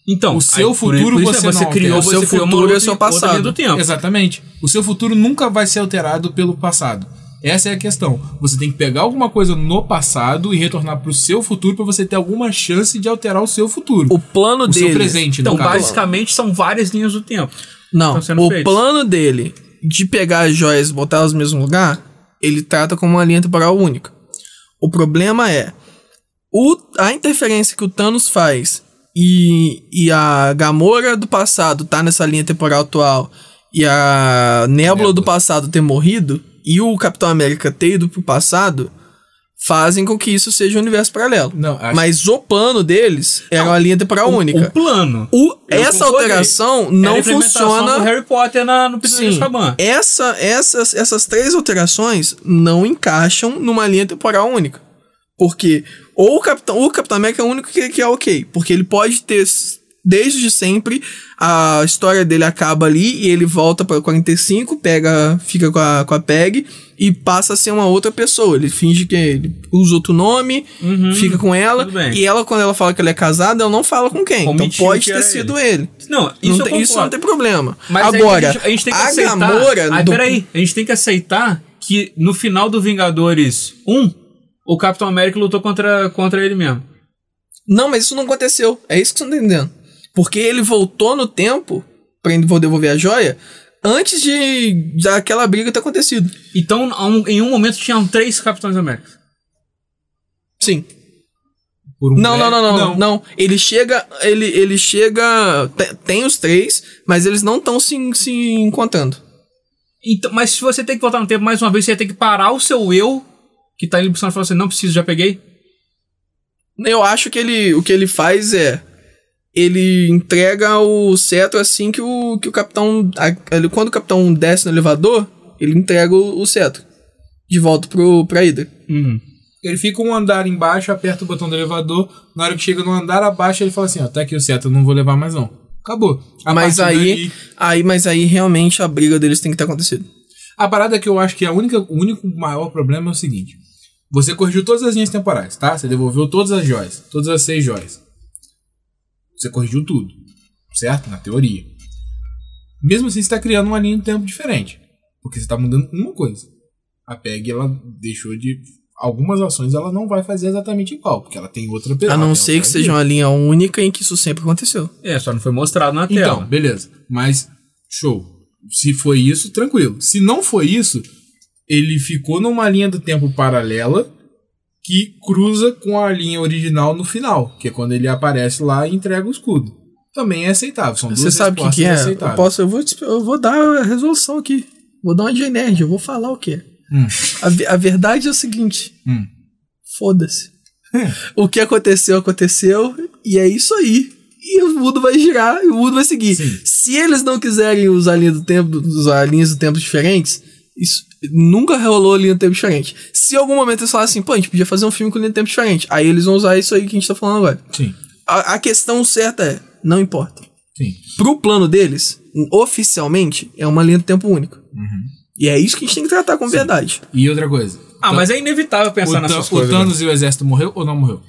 S1: Então,
S3: o seu
S1: por- por
S3: futuro
S1: isso é,
S3: você não altera.
S1: criou,
S3: O
S1: você
S2: seu
S1: criou uma
S2: futuro é
S1: outra-
S2: seu
S1: outra linha
S2: passado.
S1: do tempo.
S3: Exatamente. O seu futuro nunca vai ser alterado pelo passado. Essa é a questão. Você tem que pegar alguma coisa no passado e retornar pro seu futuro pra você ter alguma chance de alterar o seu futuro.
S2: O plano
S3: O seu
S2: dele.
S3: presente,
S1: Então,
S3: no caso.
S1: basicamente, são várias linhas do tempo.
S2: Não,
S1: estão sendo
S2: o
S1: feitos.
S2: plano dele de pegar as joias e botar elas no mesmo lugar, ele trata como uma linha temporal única. O problema é o- a interferência que o Thanos faz e, e a Gamora do passado tá nessa linha temporal atual e a Nebula
S3: Nebula.
S2: do passado ter morrido e o Capitão América ter ido pro passado fazem com que isso seja um universo paralelo.
S3: Não, acho-
S2: Mas o plano deles era uma linha temporal única.
S1: O plano.
S2: O-
S1: Eu
S2: essa
S1: concordei.
S2: alteração
S1: Era é a
S2: não
S1: implementação do
S2: funciona.
S1: Harry Potter na, no Prisioneiro
S2: Sim,
S1: de Azkaban.
S2: Então, essa, essas, essas três alterações não encaixam numa linha temporal única. Porque ou o Capitão, ou o Capitão América é o único que, que é ok. Porque ele pode ter, s- desde sempre, a história dele acaba ali e ele volta pra 45, pega, fica com a, com a Peg e passa a ser uma outra pessoa. Ele finge que ele usa outro nome,
S1: Uhum.
S2: fica com ela.
S1: tudo bem.
S2: E ela, quando ela fala que ela é casada, ela não fala com quem.
S1: Ou
S2: então
S1: mentiu
S2: pode
S1: que
S2: ter
S1: era
S2: sido ele.
S1: Não,
S2: Não
S1: isso
S2: tem-
S1: eu
S2: isso não
S1: concordo.
S2: tem problema.
S1: Mas aí
S2: Agora,
S1: a, gente, a gente tem que
S2: a
S1: aceitar.
S2: Gamora.
S1: Ah,
S2: do-
S1: peraí, a gente tem que aceitar que no final do Vingadores 1, o Capitão América lutou contra, contra ele mesmo.
S2: Não, mas isso não aconteceu. É isso que você não tá entendendo. Porque ele voltou no tempo pra ele devolver a joia antes de daquela briga ter acontecido.
S1: Então, a um- em um momento tinham três Capitães Américas.
S2: Sim.
S3: Por um
S2: Não, não,
S3: breve-
S2: não, não, não, Ele chega, ele, ele chega, te- tem os três, mas eles não estão se, se encontrando.
S1: Então, mas se você tem que voltar no tempo mais uma vez, você ia ter que parar o seu eu, que tá ali buscando e falar assim: não preciso, já peguei.
S2: Eu acho que ele, o que ele faz é ele entrega o cetro assim que o, que o capitão, a- ele- quando o capitão desce no elevador, ele entrega o, o cetro de volta pro pra Hydra.
S1: Uhum.
S3: Ele fica um andar embaixo, aperta o botão do elevador. Na hora que chega no andar abaixo, ele fala assim: ó, tá aqui o certo, eu não vou levar mais não. Acabou. A
S2: mas
S3: partir
S2: aí,
S3: daí-
S2: aí, mas aí realmente a briga deles tem que ter acontecido.
S3: a parada que eu acho que é a única, o único maior problema é o seguinte: você corrigiu todas as linhas temporais, tá? Você devolveu todas as joias, todas as seis joias. Você corrigiu tudo, certo? Na teoria. Mesmo assim, você está criando uma linha de tempo diferente. Porque você está mudando uma coisa. A PEG, ela deixou de. Algumas ações ela não vai fazer exatamente igual, porque ela tem outra
S2: A
S3: ela
S2: não
S3: tem
S2: ser que
S3: outra
S2: seja uma linha única em que isso sempre aconteceu.
S1: É, só não foi mostrado na
S3: Então,
S1: tela.
S3: beleza. Mas, show. Se foi isso, tranquilo. Se não foi isso, ele ficou numa linha do tempo paralela que cruza com a linha original no final, que é quando ele aparece lá e entrega o escudo. Também é aceitável. São duas
S2: Você sabe o que, que
S3: respostas
S2: é? Eu,
S3: aceitáveis.
S2: posso, eu, vou, te- eu vou dar a resolução aqui. Vou dar uma de nerd, eu vou falar o que é.
S3: Hum.
S2: A, ve- a verdade é o seguinte:
S3: Hum.
S2: foda-se. o que aconteceu, aconteceu, e é isso aí. E o mundo vai girar, e o mundo vai seguir.
S3: Sim.
S2: Se eles não quiserem usar a linha do tempo, usar linhas do tempo diferentes, isso nunca rolou linha do tempo diferente. Se em algum momento eles falarem assim, pô, a gente podia fazer um filme com linha do tempo diferente, aí eles vão usar isso aí que a gente tá falando agora.
S3: Sim,
S2: A- a questão certa é, não importa
S3: sim.
S2: pro plano deles, oficialmente, é uma linha do tempo único.
S1: Uhum.
S2: E é isso que a gente tem que tratar com verdade.
S3: E outra coisa. então,
S1: Ah, mas é inevitável
S3: o,
S1: pensar
S3: Tan-
S1: nessas
S3: o
S1: coisas. né?
S3: Thanos e o exército morreu ou não morreu?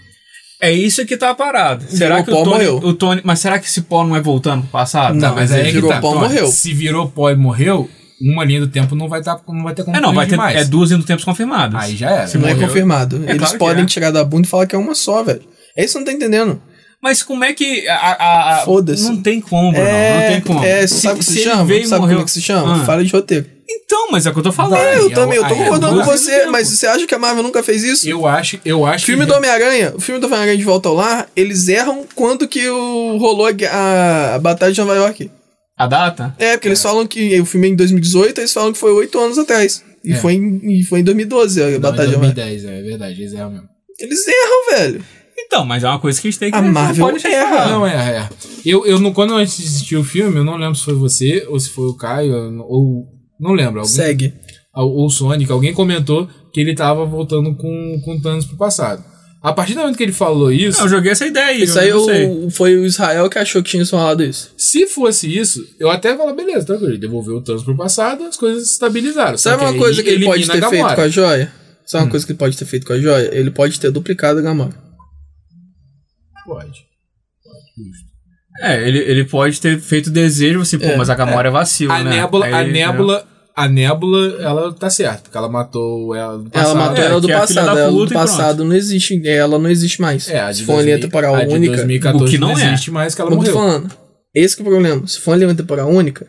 S1: É isso que tá parado. Será que o
S2: pó
S1: Tony,
S2: morreu.
S1: o Tony. Mas será que esse pó não é voltando pro passado?
S2: Não,
S1: Tá,
S3: mas
S2: mas
S3: aí
S2: ele
S3: é que
S2: virou
S3: tá.
S2: pó e
S3: Então,
S2: morreu.
S3: Se virou pó e morreu, uma linha do tempo não vai, tá, não vai ter como
S1: É, não, vai ter.
S3: corrigir mais.
S1: É duas indo tempos confirmadas.
S3: Aí já era.
S1: Se
S2: não é
S1: morreu.
S2: confirmado.
S1: É
S2: Eles
S1: claro que
S2: podem
S1: é.
S2: tirar da bunda e falar que é uma só, velho. É isso que eu não tá entendendo.
S1: Mas como é que. a- a- a-
S2: Foda-se.
S1: Não tem como, Bruno.
S2: é,
S1: não tem como.
S2: é, sabe o que se, chama?
S1: Ele veio e
S2: Sabe
S1: morreu...
S2: como é que se chama?
S1: Ah.
S2: Fala de roteiro.
S1: Então, mas é o que eu tô falando.
S3: Vai.
S2: eu
S3: é
S2: também, eu tô
S3: o- aí é
S2: concordando
S3: duas
S2: com
S1: vezes
S2: você,
S1: o
S2: mas
S1: tempo.
S2: você acha que a Marvel nunca fez isso?
S3: Eu acho, eu acho
S2: filme
S3: que.
S1: é.
S2: do Homem-Aranha, o filme do Homem-Aranha de Volta ao Lar, eles erram quanto que o, rolou a, gue- a- a Batalha de Nova York.
S1: A data?
S2: É, porque eles falam que o filme é em 2018, eles falam que foi oito anos atrás. E,
S3: É.
S2: foi em, e foi em 2012 a
S3: Não, é
S2: Batalha de Nova York.
S3: 2010, é verdade, eles erram mesmo.
S2: Eles erram, velho.
S1: Então, mas é uma coisa que a gente tem que
S2: A
S1: não
S2: Marvel
S1: pode deixar
S2: erra.
S1: de falar.
S3: Não, é, é. Eu, eu não, quando eu assisti o filme, eu não lembro se foi você, ou se foi o Caio, ou. Não lembro. Alguém,
S2: Segue.
S3: ou ou o Sonic, alguém comentou que ele tava voltando com, com o Thanos pro passado. A partir do momento que ele falou isso,
S1: Não, eu joguei essa ideia aí.
S2: Isso
S1: eu
S2: aí é
S1: não sei.
S2: o- foi o Israel que achou que tinha falado isso.
S3: se fosse isso, eu até falo, beleza, tranquilo, ele devolveu o Thanos pro passado, as coisas se estabilizaram. Só
S2: Sabe uma
S3: aí
S2: coisa que ele pode
S3: elimina
S2: ter
S3: a
S2: feito
S3: Gamora.
S2: com a joia? Sabe uma coisa que ele pode ter feito com a joia? Ele pode ter duplicado a Gamora.
S3: Pode. Pode, justo.
S1: É, ele, ele pode ter feito desejo, assim, pô,
S2: É,
S1: mas a Gamora é, vacilo,
S3: A
S1: né?
S3: Nébula,
S1: Aí,
S3: a
S1: né?
S3: Nébula, a Nébula, ela tá certa, porque ela matou ela no
S2: Ela
S3: passado.
S2: matou
S1: é,
S2: ela do
S1: que é a filha
S2: passado.
S1: da
S2: Ela
S1: puta
S2: do
S1: e pronto.
S2: passado não existe. Ela não existe mais.
S3: É, a de
S2: Se for uma linha
S3: 2000
S2: temporal
S3: a de
S2: única.
S3: 2014
S1: o que não
S3: não
S1: é.
S3: existe mais que ela
S2: Como eu tô
S3: morreu.
S2: falando. Esse que é o problema. Se for uma linha temporal única,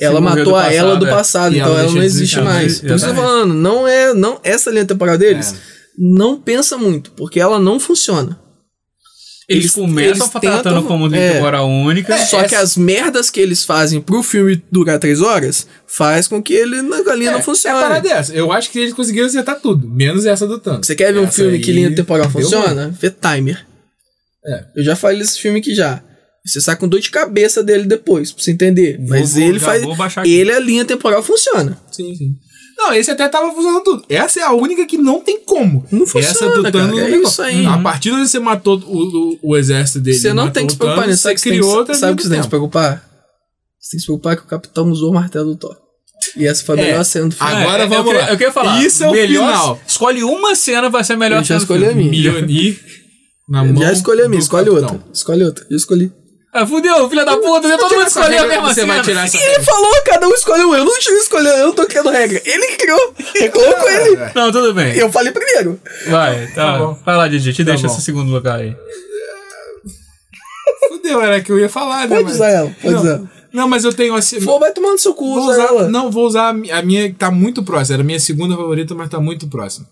S2: ela
S1: morreu
S2: matou
S1: do
S2: a ela
S1: passado,
S2: do
S1: é.
S2: passado,
S3: E
S2: então
S3: ela
S2: ela,
S3: deixa
S2: não
S3: de
S2: existe
S3: existir,
S2: mais.
S1: né?
S2: Por isso que eu tô
S1: Exatamente.
S2: falando, não é. Não, essa linha temporal deles
S3: É.
S2: não pensa muito, porque ela não funciona.
S1: Eles,
S2: eles-
S1: começam
S2: eles
S1: tratando
S2: tentam-
S1: como uma
S2: é.
S1: temporada única.
S2: Só
S3: é
S2: que as merdas que eles fazem pro filme durar três horas faz com que ele na a linha
S3: É,
S2: não
S3: É a
S2: funcione.
S3: parada dessa. Eu acho que eles conseguiram acertar tudo, menos essa do Thanos.
S2: Você quer ver um
S3: Essa
S2: filme que
S3: aí
S2: linha temporal
S3: deu ruim.
S2: funciona? Vê Timer.
S3: É.
S2: Eu já falei desse filme aqui já. Você sai com dor de cabeça dele depois, pra você entender. Mas
S1: vou-
S2: ele
S1: já
S2: faz.
S1: vou baixar aqui.
S2: Ele, a linha temporal funciona.
S3: Sim, sim. Não, esse até tava funcionando tudo. Essa é a única que não tem como.
S2: Não funciona,
S3: Essa do
S2: cara,
S3: Thanos
S2: é
S3: não tem
S2: isso
S3: como.
S2: aí.
S3: A partir de você matou o, o, o exército dele.
S2: Você não
S3: matou
S2: tem que
S3: o
S2: se preocupar
S3: Thanos,
S2: nisso. Sabe o que
S3: Você criou
S2: você tem que-
S3: outra
S2: sabe o que
S3: linha
S2: você tem que
S3: do
S2: se preocupar? Você tem que se preocupar que o capitão usou o martelo do Thor.
S3: tempo.
S2: E essa foi a
S3: É.
S2: melhor cena do filme.
S3: Ah, Agora
S1: É,
S3: vamos
S1: eu queria-
S3: lá.
S1: Eu queria falar.
S3: Isso é o
S1: melhor,
S3: final.
S1: Escolhe uma cena, vai ser a melhor
S2: Eu já
S1: cena do
S2: escolhi
S1: filme.
S2: a minha.
S3: Milionir na
S2: Eu
S3: mão.
S2: É, já escolhi a minha,
S3: do
S2: escolhe
S3: capitão.
S2: outra. Escolhe outra, eu escolhi.
S1: Ah, fudeu, filha da puta, todo mundo
S3: essa
S1: escolheu a
S3: regra,
S1: mesma
S3: você
S1: cena.
S3: vai tirar essa-
S2: E ele falou, cada um escolheu, eu não tive escolher, eu não tô criando regra. Ele criou, eu coloco ele.
S1: Não, tudo bem.
S2: Eu falei primeiro.
S1: Vai, tá.
S3: bom.
S1: Vai lá, Didi, te deixa
S3: bom.
S1: esse segundo lugar aí.
S3: Fudeu, era que eu ia falar, né?
S2: Pode
S3: mas-
S2: usar ela, pode
S3: não,
S2: usar.
S3: Não, mas eu tenho assim.
S2: Pô, vai tomando seu cu,
S3: vou
S2: usa
S3: usar-
S2: ela.
S3: Não, vou usar a mi- a minha que tá muito próxima. Era a minha segunda favorita, mas tá muito próxima.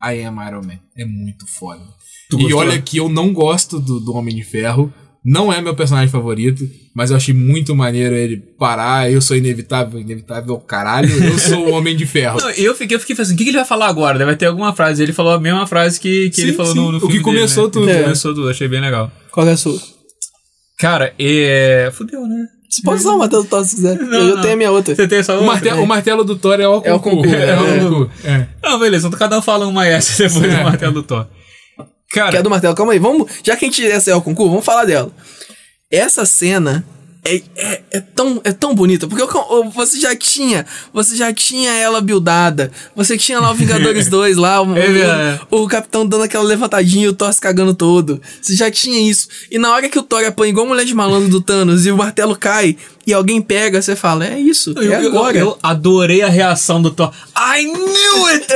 S3: A Am Iron Man. É muito foda.
S1: Tu
S3: e
S1: gostou?
S3: olha que eu não gosto do, do Homem de Ferro. Não é meu personagem favorito, mas eu achei muito maneiro ele parar. Eu sou inevitável, inevitável, caralho. Eu sou o Homem de Ferro.
S1: Não, eu fiquei, eu fiquei pensando, o que, que ele vai falar agora? Deve ter alguma frase. Ele falou a mesma frase que, que
S3: Sim,
S1: ele falou
S3: sim.
S1: no, no
S3: O
S1: filme
S3: que começou
S1: dele, né? O
S3: tudo,
S1: que
S2: né?
S1: Começou tudo, achei bem legal.
S2: Qual é a sua?
S1: Cara, é... Fudeu, né?
S2: Você pode usar o Matheus Tosse se quiser.
S1: Não,
S2: eu eu
S1: não.
S2: tenho a minha outra.
S1: Você tem essa
S3: O,
S1: outra?
S3: marte- o martelo do Thor é o
S2: É o
S3: Alcocu.
S2: Alcocu,
S3: É
S2: é.
S3: o Alcocu. É.
S1: Não, beleza, então cada um fala uma essa depois do martelo do Thor. É. Cara,
S2: Que é do martelo. Calma aí, vamos. Já que a gente essa é o concurso, vamos falar dela. Essa cena é, é, é tão, é tão bonita, porque eu con- eu- você já tinha, você já tinha ela buildada. Você tinha lá o Vingadores 2 lá, o,
S1: É verdade.
S2: o, o capitão dando aquela levantadinha e o Thor se cagando todo. Você já tinha isso. E na hora que o Thor apanha igual a mulher de malandro do Thanos e o martelo cai e alguém pega, você fala: "É isso,
S1: eu,
S2: é
S1: eu-
S2: agora".
S1: eu adorei a reação do Thor. I knew it!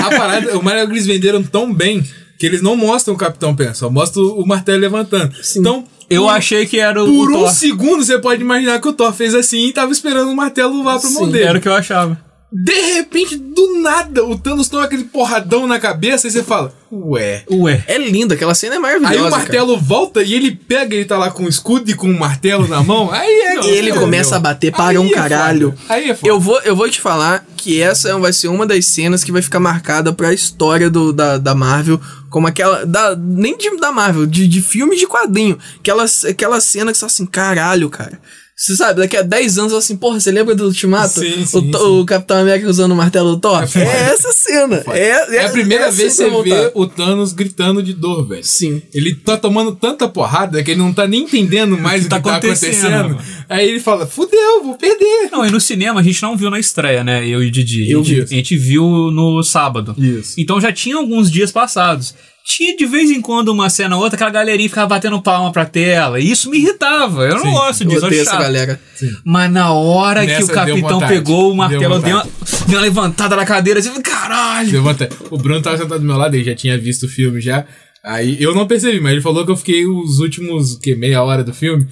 S3: A parada, o Mario eles venderam tão bem que eles não mostram o Capitão Pen, só mostram o martelo levantando. Então,
S1: Eu
S3: por-
S1: achei que era o,
S3: Por
S1: o
S3: um
S1: Thor.
S3: segundo você pode imaginar que o Thor fez assim e tava esperando o martelo lá pro mão
S2: Sim,
S3: dele.
S1: Era o que eu achava.
S3: De repente, do nada, o Thanos toma aquele porradão na cabeça e você fala, ué.
S1: Ué.
S2: É linda, aquela cena é
S3: Aí
S2: maravilhosa.
S3: o
S2: cara.
S3: martelo volta e ele pega, ele tá lá com o escudo e com o martelo na mão. Aí é
S2: E ele
S3: entendeu?
S2: começa a bater para
S3: Aí
S2: um
S3: é foda.
S2: caralho.
S3: Aí é foda.
S2: Eu vou, eu vou te falar que essa vai ser uma das cenas que vai ficar marcada pra história do, da, da Marvel, como aquela. Da, nem de, da Marvel, de, de filme de quadrinho. Aquela, aquela cena que você fala assim, caralho, cara. Você sabe, daqui a 10 anos, assim, porra, você lembra do Ultimato?
S3: Sim,
S2: o,
S3: sim,
S2: Thor-
S3: sim.
S2: o Capitão América usando o martelo do Thor? É, essa cena. É,
S3: É, a primeira
S2: essa
S3: vez que
S2: cena
S3: você
S2: que eu vou
S3: vê
S2: voltar.
S3: o Thanos gritando de dor, velho.
S2: Sim.
S3: Ele tá tomando tanta porrada que ele não tá nem entendendo mais o que tá,
S1: tá
S3: acontecendo.
S1: acontecendo?
S3: Aí ele fala: fudeu, vou perder.
S1: Não, e no cinema a gente não viu na estreia, né? Eu e Didi.
S2: Eu
S1: a, gente,
S3: vi.
S1: a gente viu no sábado.
S3: Isso.
S1: Então já tinha alguns dias passados. Tinha de vez em quando uma cena ou outra, aquela galerinha ficava batendo palma pra tela. E isso me irritava. Eu não gosto disso,
S2: Eu
S1: eu
S2: odeio
S1: acho
S2: essa
S1: chato.
S2: galera.
S1: Mas na hora
S3: Nessa
S1: que o
S3: deu
S1: capitão
S3: vontade.
S1: pegou o
S3: Deu
S1: martelo, deu, uma,
S3: vontade.
S1: deu uma levantada na cadeira, assim, caralho.
S3: Levanta. O Bruno tava sentado do meu lado, ele já tinha visto o filme já. Aí eu não percebi, mas ele falou que eu fiquei os últimos, que, meia hora do filme,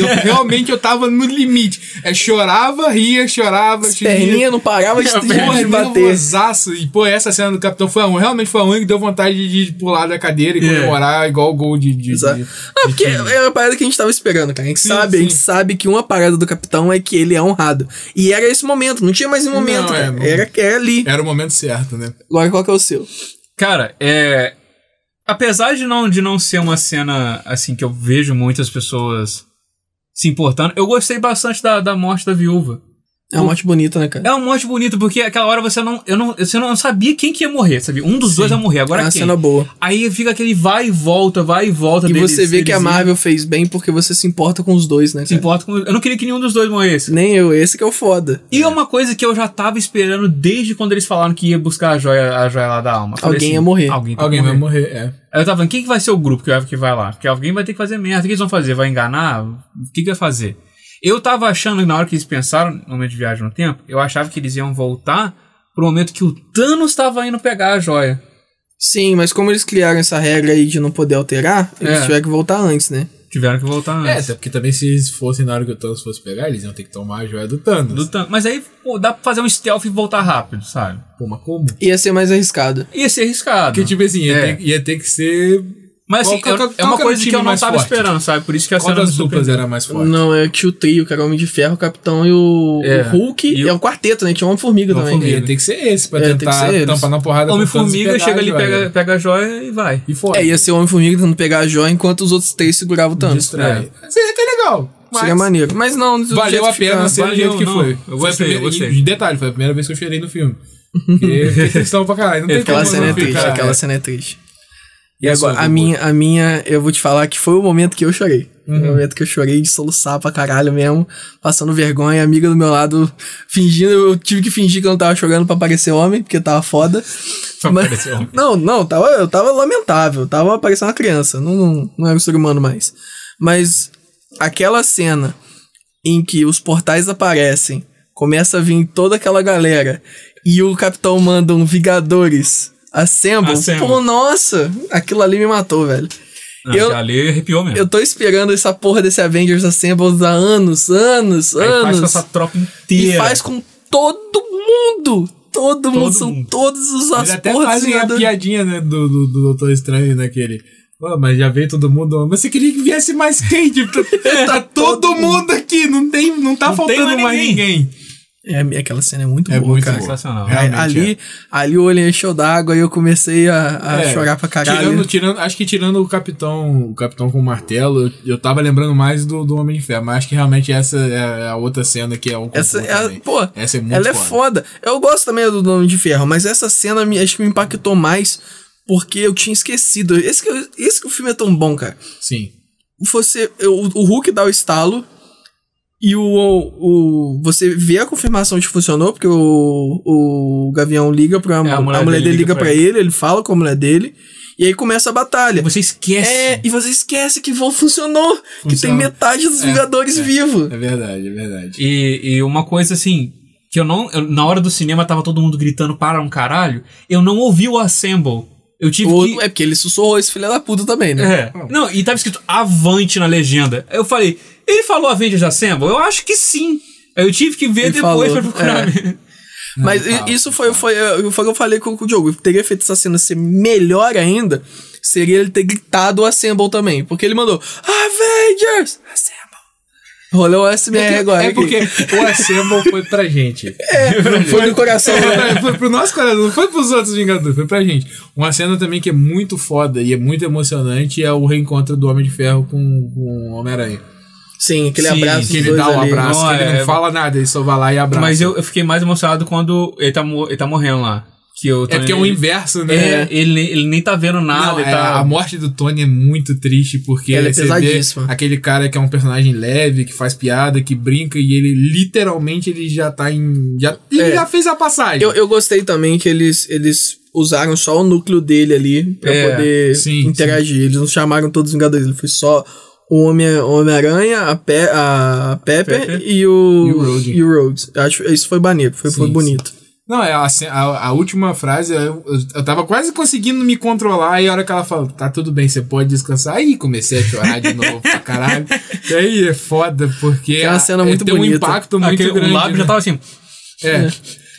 S3: Eu, realmente eu tava no limite. É, chorava, ria, chorava,
S2: As perninhas não paravam de,
S3: Porra,
S2: de bater.
S3: nervosaço. E, pô, essa cena do Capitão foi a única, realmente foi a única que deu vontade de pular da cadeira e
S1: É.
S3: comemorar igual o gol de... de, de-
S2: Exato. Não, porque é uma parada que a gente tava esperando, cara. A gente,
S3: Sim,
S2: sabe, A gente
S3: sim.
S2: sabe que uma parada do capitão é que ele é honrado. E era esse momento, não tinha mais um momento,
S3: Não, é,
S2: cara.
S3: não-
S2: Era, era ali.
S3: Era o momento certo, né?
S2: Agora qual que é o seu?
S1: Cara, é. Apesar de não, de não ser uma cena assim que eu vejo muitas pessoas se importando, eu gostei bastante da, da morte da viúva.
S2: É uma morte bonita, né, cara?
S1: É um morte bonito, porque aquela hora você não. Eu não, você não sabia quem que ia morrer, sabia? Um dos dois ia morrer,
S2: É
S1: agora
S2: uma
S1: quem?
S2: cena boa.
S1: Aí fica aquele vai e volta, vai e volta
S2: E
S1: deles,
S2: você vê que
S1: eles
S2: a
S1: iam-
S2: Marvel fez bem porque você se importa com os dois, né, cara?
S1: Se importa com. Eu não queria que nenhum dos dois morresse.
S2: Nem eu, esse que é o foda.
S1: E é uma coisa que eu já tava esperando desde quando eles falaram que ia buscar a joia, a joia lá da alma. Eu falei assim,
S2: Alguém ia morrer.
S1: Alguém, tem
S3: Alguém
S1: que
S3: vai
S2: né?
S1: morrer.
S3: morrer, é.
S1: Aí eu tava falando, quem que vai ser o grupo que vai- que vai lá? Porque alguém vai ter que fazer merda. O que eles vão fazer? Vai enganar? O que, que vai fazer? Eu tava achando, na hora que eles pensaram, no momento de viagem no tempo, eu achava que eles iam voltar pro momento que o Thanos tava indo pegar a joia.
S2: Sim, mas como eles criaram essa regra aí de não poder alterar, eles
S1: É.
S2: tiveram que voltar antes, né?
S1: Tiveram que voltar
S3: É,
S1: antes.
S3: até porque também se eles fossem na hora que o Thanos fosse pegar, eles iam ter que tomar a joia do Thanos.
S1: Do Thanos. Mas aí pô, dá pra fazer um stealth e voltar rápido, sabe?
S3: Pô, mas como?
S2: Ia ser mais arriscado.
S1: Ia ser arriscado.
S3: Porque, tipo assim, ia,
S1: É.
S3: ter, ia ter que ser...
S1: Mas assim,
S3: Qual-
S1: eu- é
S3: qual- qual
S1: uma
S3: que era o
S1: coisa que
S3: time
S1: eu não
S3: mais
S1: tava
S3: forte?
S1: esperando, sabe? Por isso que a
S3: Qual
S1: cena
S3: das
S1: me
S3: duplas
S1: surpreendeu.
S3: era mais forte?
S2: Não, é que o trio, cara, o Homem de Ferro, o Capitão e o,
S1: É.
S2: o Hulk.
S1: E
S2: E,
S1: o-
S2: é o quarteto, né? Tinha uma formiga
S1: Uma
S2: também.
S1: formiga.
S3: Ia ter Então, que ser esse pra
S2: É, tem
S3: tentar
S2: que ser eles.
S3: tampar na porrada com o Thanos e
S1: Homem-Formiga
S3: pegar
S1: chega
S3: a
S1: ali,
S3: joia.
S1: pega, pega a joia e vai.
S3: E foi.
S2: É, ia ser um o Homem-Formiga tentando pegar a joia enquanto os outros três seguravam o Thanos.
S3: Distrai.
S2: é.
S3: Seria até legal. mas-
S2: Seria maneiro. Mas não, do um jeito
S3: Valeu a
S2: que
S3: pena
S2: fica-
S3: ser do
S1: Valeu,
S3: jeito que
S1: não.
S3: foi.
S1: Eu
S3: Foi a
S1: gostei, eu
S3: primeira-
S1: gostei.
S3: e detalhe, foi a primeira vez que eu chorei no filme. Porque eu fiquei tristão pra caralho. Não tem
S2: Aquela
S3: como
S2: cena é
S3: não
S2: triste,
S3: ficar,
S2: aquela
S3: é.
S2: cena é triste. E agora, a minha, a minha, eu vou te falar que foi o momento que eu chorei. Foi O momento que eu chorei de soluçar pra caralho mesmo, passando vergonha, a amiga do meu lado fingindo, eu tive que fingir que eu não tava chorando pra parecer homem, porque tava foda.
S1: Pra
S2: Mas-
S1: parecer homem.
S2: Não, não, tava, eu tava lamentável, eu tava parecendo uma criança, não, não, não era um ser humano mais. Mas aquela cena em que os portais aparecem, começa a vir toda aquela galera e o capitão manda um Vingadores Assemble,
S1: Assemble.
S2: pô, nossa, aquilo ali me matou, velho.
S1: Ah,
S2: eu-
S1: já ali arrepiou mesmo.
S2: Eu tô esperando essa porra desse Avengers Assemble há anos, anos,
S1: Aí faz
S2: anos.
S1: com essa tropa
S2: e
S1: inteira.
S2: faz com todo mundo. Todo, mundo, são
S1: mundo.
S2: todos os as
S3: Eles até
S2: porra dos
S3: fazem a
S2: Vingadores.
S3: piadinha, né, do, do, do Doutor Estranho, naquele. Pô, mas já veio todo mundo. Mas você queria que viesse mais quem? Tipo, tá, tá todo mundo aqui, não, tem, não tá
S1: Não tem
S3: faltando
S1: mais
S3: mais
S1: ninguém.
S3: ninguém.
S2: É, aquela cena é muito
S3: É
S2: boa,
S3: muito
S2: cara.
S3: boa.
S1: Sensacional.
S3: É, Realmente,
S2: ali, ali o olho encheu d'água e eu comecei a, a
S3: É,
S2: chorar pra caralho.
S3: Tirando, tirando, acho que tirando o Capitão, o Capitão com o martelo, eu, eu tava lembrando mais do, do Homem de Ferro, mas acho que realmente essa é a outra cena que é o
S2: Essa é a-
S3: também.
S2: pô,
S3: essa é muito
S2: Ela é
S3: foda.
S2: foda. Eu gosto também do Homem de Ferro, mas essa cena me, acho que me impactou mais porque eu tinha esquecido. Esse que, eu- esse que o filme é tão bom, cara.
S3: Sim.
S2: Você, eu- o, o Hulk dá o estalo e o, o, o- você vê a confirmação de que funcionou, porque o, o Gavião liga pra
S1: É,
S2: a mulher, dele, liga pra ele, ele fala com a mulher dele e aí começa a batalha.
S1: Você esquece.
S2: É, e você esquece que voo funcionou, que tem
S3: Funciona.
S2: metade dos
S3: É,
S2: Vingadores
S3: é.
S2: vivo.
S3: É verdade, é verdade.
S1: E, e uma coisa assim, que eu não. eu- na hora do cinema tava todo mundo gritando para um caralho. Eu não ouvi o Assemble. Eu tive
S2: O-
S1: que.
S2: É porque ele sussurrou esse filho da puta também, né?
S1: É. Não, e tava escrito Avante na legenda. Aí Eu falei, ele falou Avengers Assemble? Eu acho que sim. Aí Eu tive que ver
S2: Ele
S1: depois
S2: falou,
S1: pra
S3: é.
S1: procurar.
S2: Mas
S3: Não, fala,
S2: isso foi, foi, foi o que eu falei com, com o Diogo. Eu teria feito essa cena ser melhor ainda, seria ele ter gritado o Assemble também. Porque ele mandou Avengers! Assemble! Rolou o SMR agora.
S3: é
S2: aqui.
S3: porque o Assemble foi pra gente.
S2: Foi no coração. né?
S3: Foi pra- foi pro nosso coração, não foi pros outros Vingadores, foi pra gente. Uma cena também que é muito foda e é muito emocionante é o reencontro do Homem de Ferro com, com o Homem-Aranha.
S2: Sim, aquele
S1: Sim,
S2: abraço.
S3: Que
S2: dos
S3: ele
S2: dois
S3: dá um
S2: ali.
S3: abraço,
S1: Não,
S3: que ele
S1: é-
S3: não fala nada, ele só vai lá e abraça.
S1: Mas eu, eu fiquei mais emocionado quando ele tá, mo- ele tá morrendo lá. Que eu
S3: é
S1: também-
S3: porque é o inverso, né?
S1: É, ele, ele nem tá vendo nada.
S3: Não,
S1: ele
S3: é,
S1: tá...
S3: A morte do Tony é muito triste, porque
S2: Ela é
S3: você vê
S2: pesadíssima.
S3: aquele cara que é um personagem leve, que faz piada, que brinca, e ele literalmente ele já tá em. Já, ele
S2: É.
S3: já fez a passagem.
S2: Eu, eu gostei também que eles, eles usaram só o núcleo dele ali pra
S1: É,
S2: poder
S3: sim,
S2: interagir. Eles não chamaram todos os Vingadores, ele foi só o Homem- Homem-Aranha, a, Pe a a Pepper,
S1: Pepper.
S2: e o,
S3: E o Rhodey.
S2: e o Rhodes. Acho, isso foi maneiro, foi, foi
S3: Sim,
S2: bonito.
S3: Não, é a, ce- a, a última frase, eu, eu- eu tava quase conseguindo me controlar, e a hora que ela fala, tá tudo bem, você pode descansar. Aí comecei a chorar de novo pra caralho. E aí é foda, porque
S2: É uma
S3: a-
S2: cena
S3: é-
S2: muito
S3: tem um
S2: bonita.
S3: impacto muito
S1: Aquele,
S3: grande.
S1: o lábio
S3: né?
S1: já tava assim.
S3: É.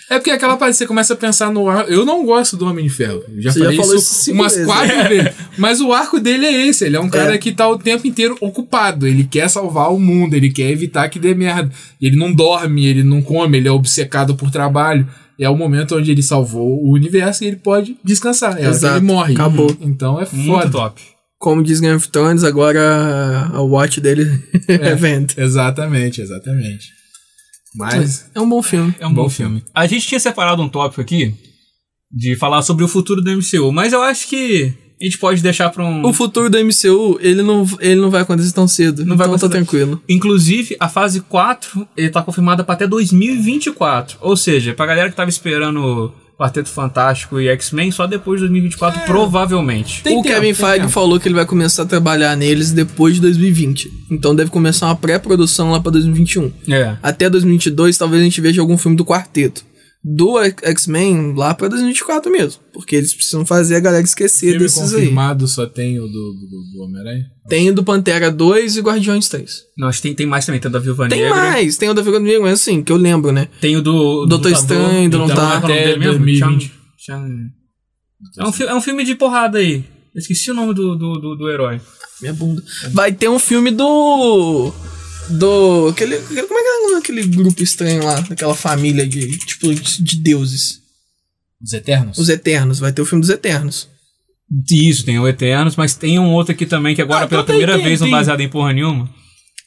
S3: É porque aquela parte você começa a pensar no ar. Eu não gosto do Homem de Ferro. Eu Já
S2: Você já
S3: falei
S2: falou isso
S3: isso,
S2: cinco
S3: umas
S2: vezes, né?
S3: quatro vezes. Mas o arco dele é esse. Ele é um cara que tá o tempo inteiro ocupado. Ele quer salvar o mundo, ele quer evitar que dê merda. Ele não dorme, ele não come, ele é obcecado por trabalho. É o momento onde ele salvou o universo e ele pode descansar. É a hora que
S2: Exato.
S3: ele morre.
S2: Acabou.
S3: Então é
S1: Muito
S3: foda.
S1: top.
S2: Como diz Game of Thrones, agora a watch dele é, venda.
S3: Exatamente, exatamente. Mas.
S2: É um bom filme.
S1: É um bom, filme. A gente tinha separado um tópico aqui de falar sobre o futuro do MCU, mas eu acho que a gente pode deixar pra um.
S2: O futuro do MCU, ele não, ele não vai acontecer tão cedo.
S1: Não vai
S2: então eu tô
S1: acontecer-
S2: tranquilo.
S1: Inclusive, a fase 4 ele tá confirmada pra até 2024. Ou seja, pra galera que tava esperando Quarteto Fantástico e X-Men, só depois de 2024, provavelmente.
S3: Tem
S2: o
S3: tempo,
S2: Kevin
S3: tem
S2: Feige
S3: tempo.
S2: falou que ele vai começar a trabalhar neles depois de 2020. Então deve começar uma pré-produção lá pra 2021.
S1: É.
S2: Até 2022, talvez a gente veja algum filme do quarteto. Do X-Men lá pra 2024 mesmo. Porque eles precisam fazer a galera esquecer
S3: Filme
S2: desses aí.
S3: confirmado só tem o do, do, do Homem-Aranha?
S2: Tem o do Pantera 2 e Guardiões 3.
S1: Nós tem, tem mais também, tem o da Viúva
S2: Tem
S1: Negra.
S2: mais, tem o da Viúva Negra, mas assim, que eu lembro, né?
S1: Tem o do. do
S2: Doutor Estranho, ainda não
S1: Então,
S2: tá.
S1: é o nome
S3: Até
S1: dele mesmo?
S3: 2020.
S1: Chan- Chan- É, um, fi- é um filme de porrada aí. Eu esqueci o nome do, do, do, do herói.
S2: Minha bunda. Vai ter um filme do. Do. Aquele, aquele- como é que é o nome daquele grupo estranho lá? Daquela família de. Tipo, de de deuses.
S3: Os Eternos?
S2: Os Eternos. Vai ter o filme dos Eternos.
S1: Isso, tem o Eternos, mas tem um outro aqui também que agora
S3: Ah,
S1: pela
S3: então tem-
S2: tá,
S1: primeira
S3: tem-
S1: vez não
S3: tem.
S1: baseado em porra nenhuma.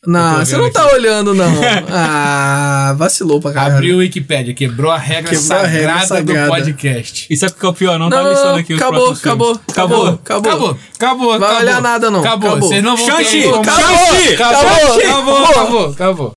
S2: Não,
S3: Eu tô
S2: você não
S3: vendo
S2: tá olhando, não. Ah, vacilou pra caralho.
S3: Abriu o Wikipedia, quebrou a regra,
S2: Quebrou a
S3: sagrada,
S2: regra sagrada.
S3: do podcast.
S1: E sabe o que é o pior? Não,
S2: Não,
S1: tá
S2: não,
S1: listando
S2: não,
S1: aqui os
S2: acabou,
S1: próximos filmes.
S2: acabou,
S1: Acabou.
S2: acabou, acabou,
S3: Acabou, acabou,
S2: Vai
S3: acabou.
S2: olhar nada, não.
S3: Acabou,
S2: Acabou.
S3: vocês não vão
S1: Xanxi,
S3: ter como-
S1: Xanxi,
S3: Acabou,
S2: Xanxi,
S3: acabou,
S2: Xanxi,
S3: acabou,
S2: acabou.
S3: acabou, acabou.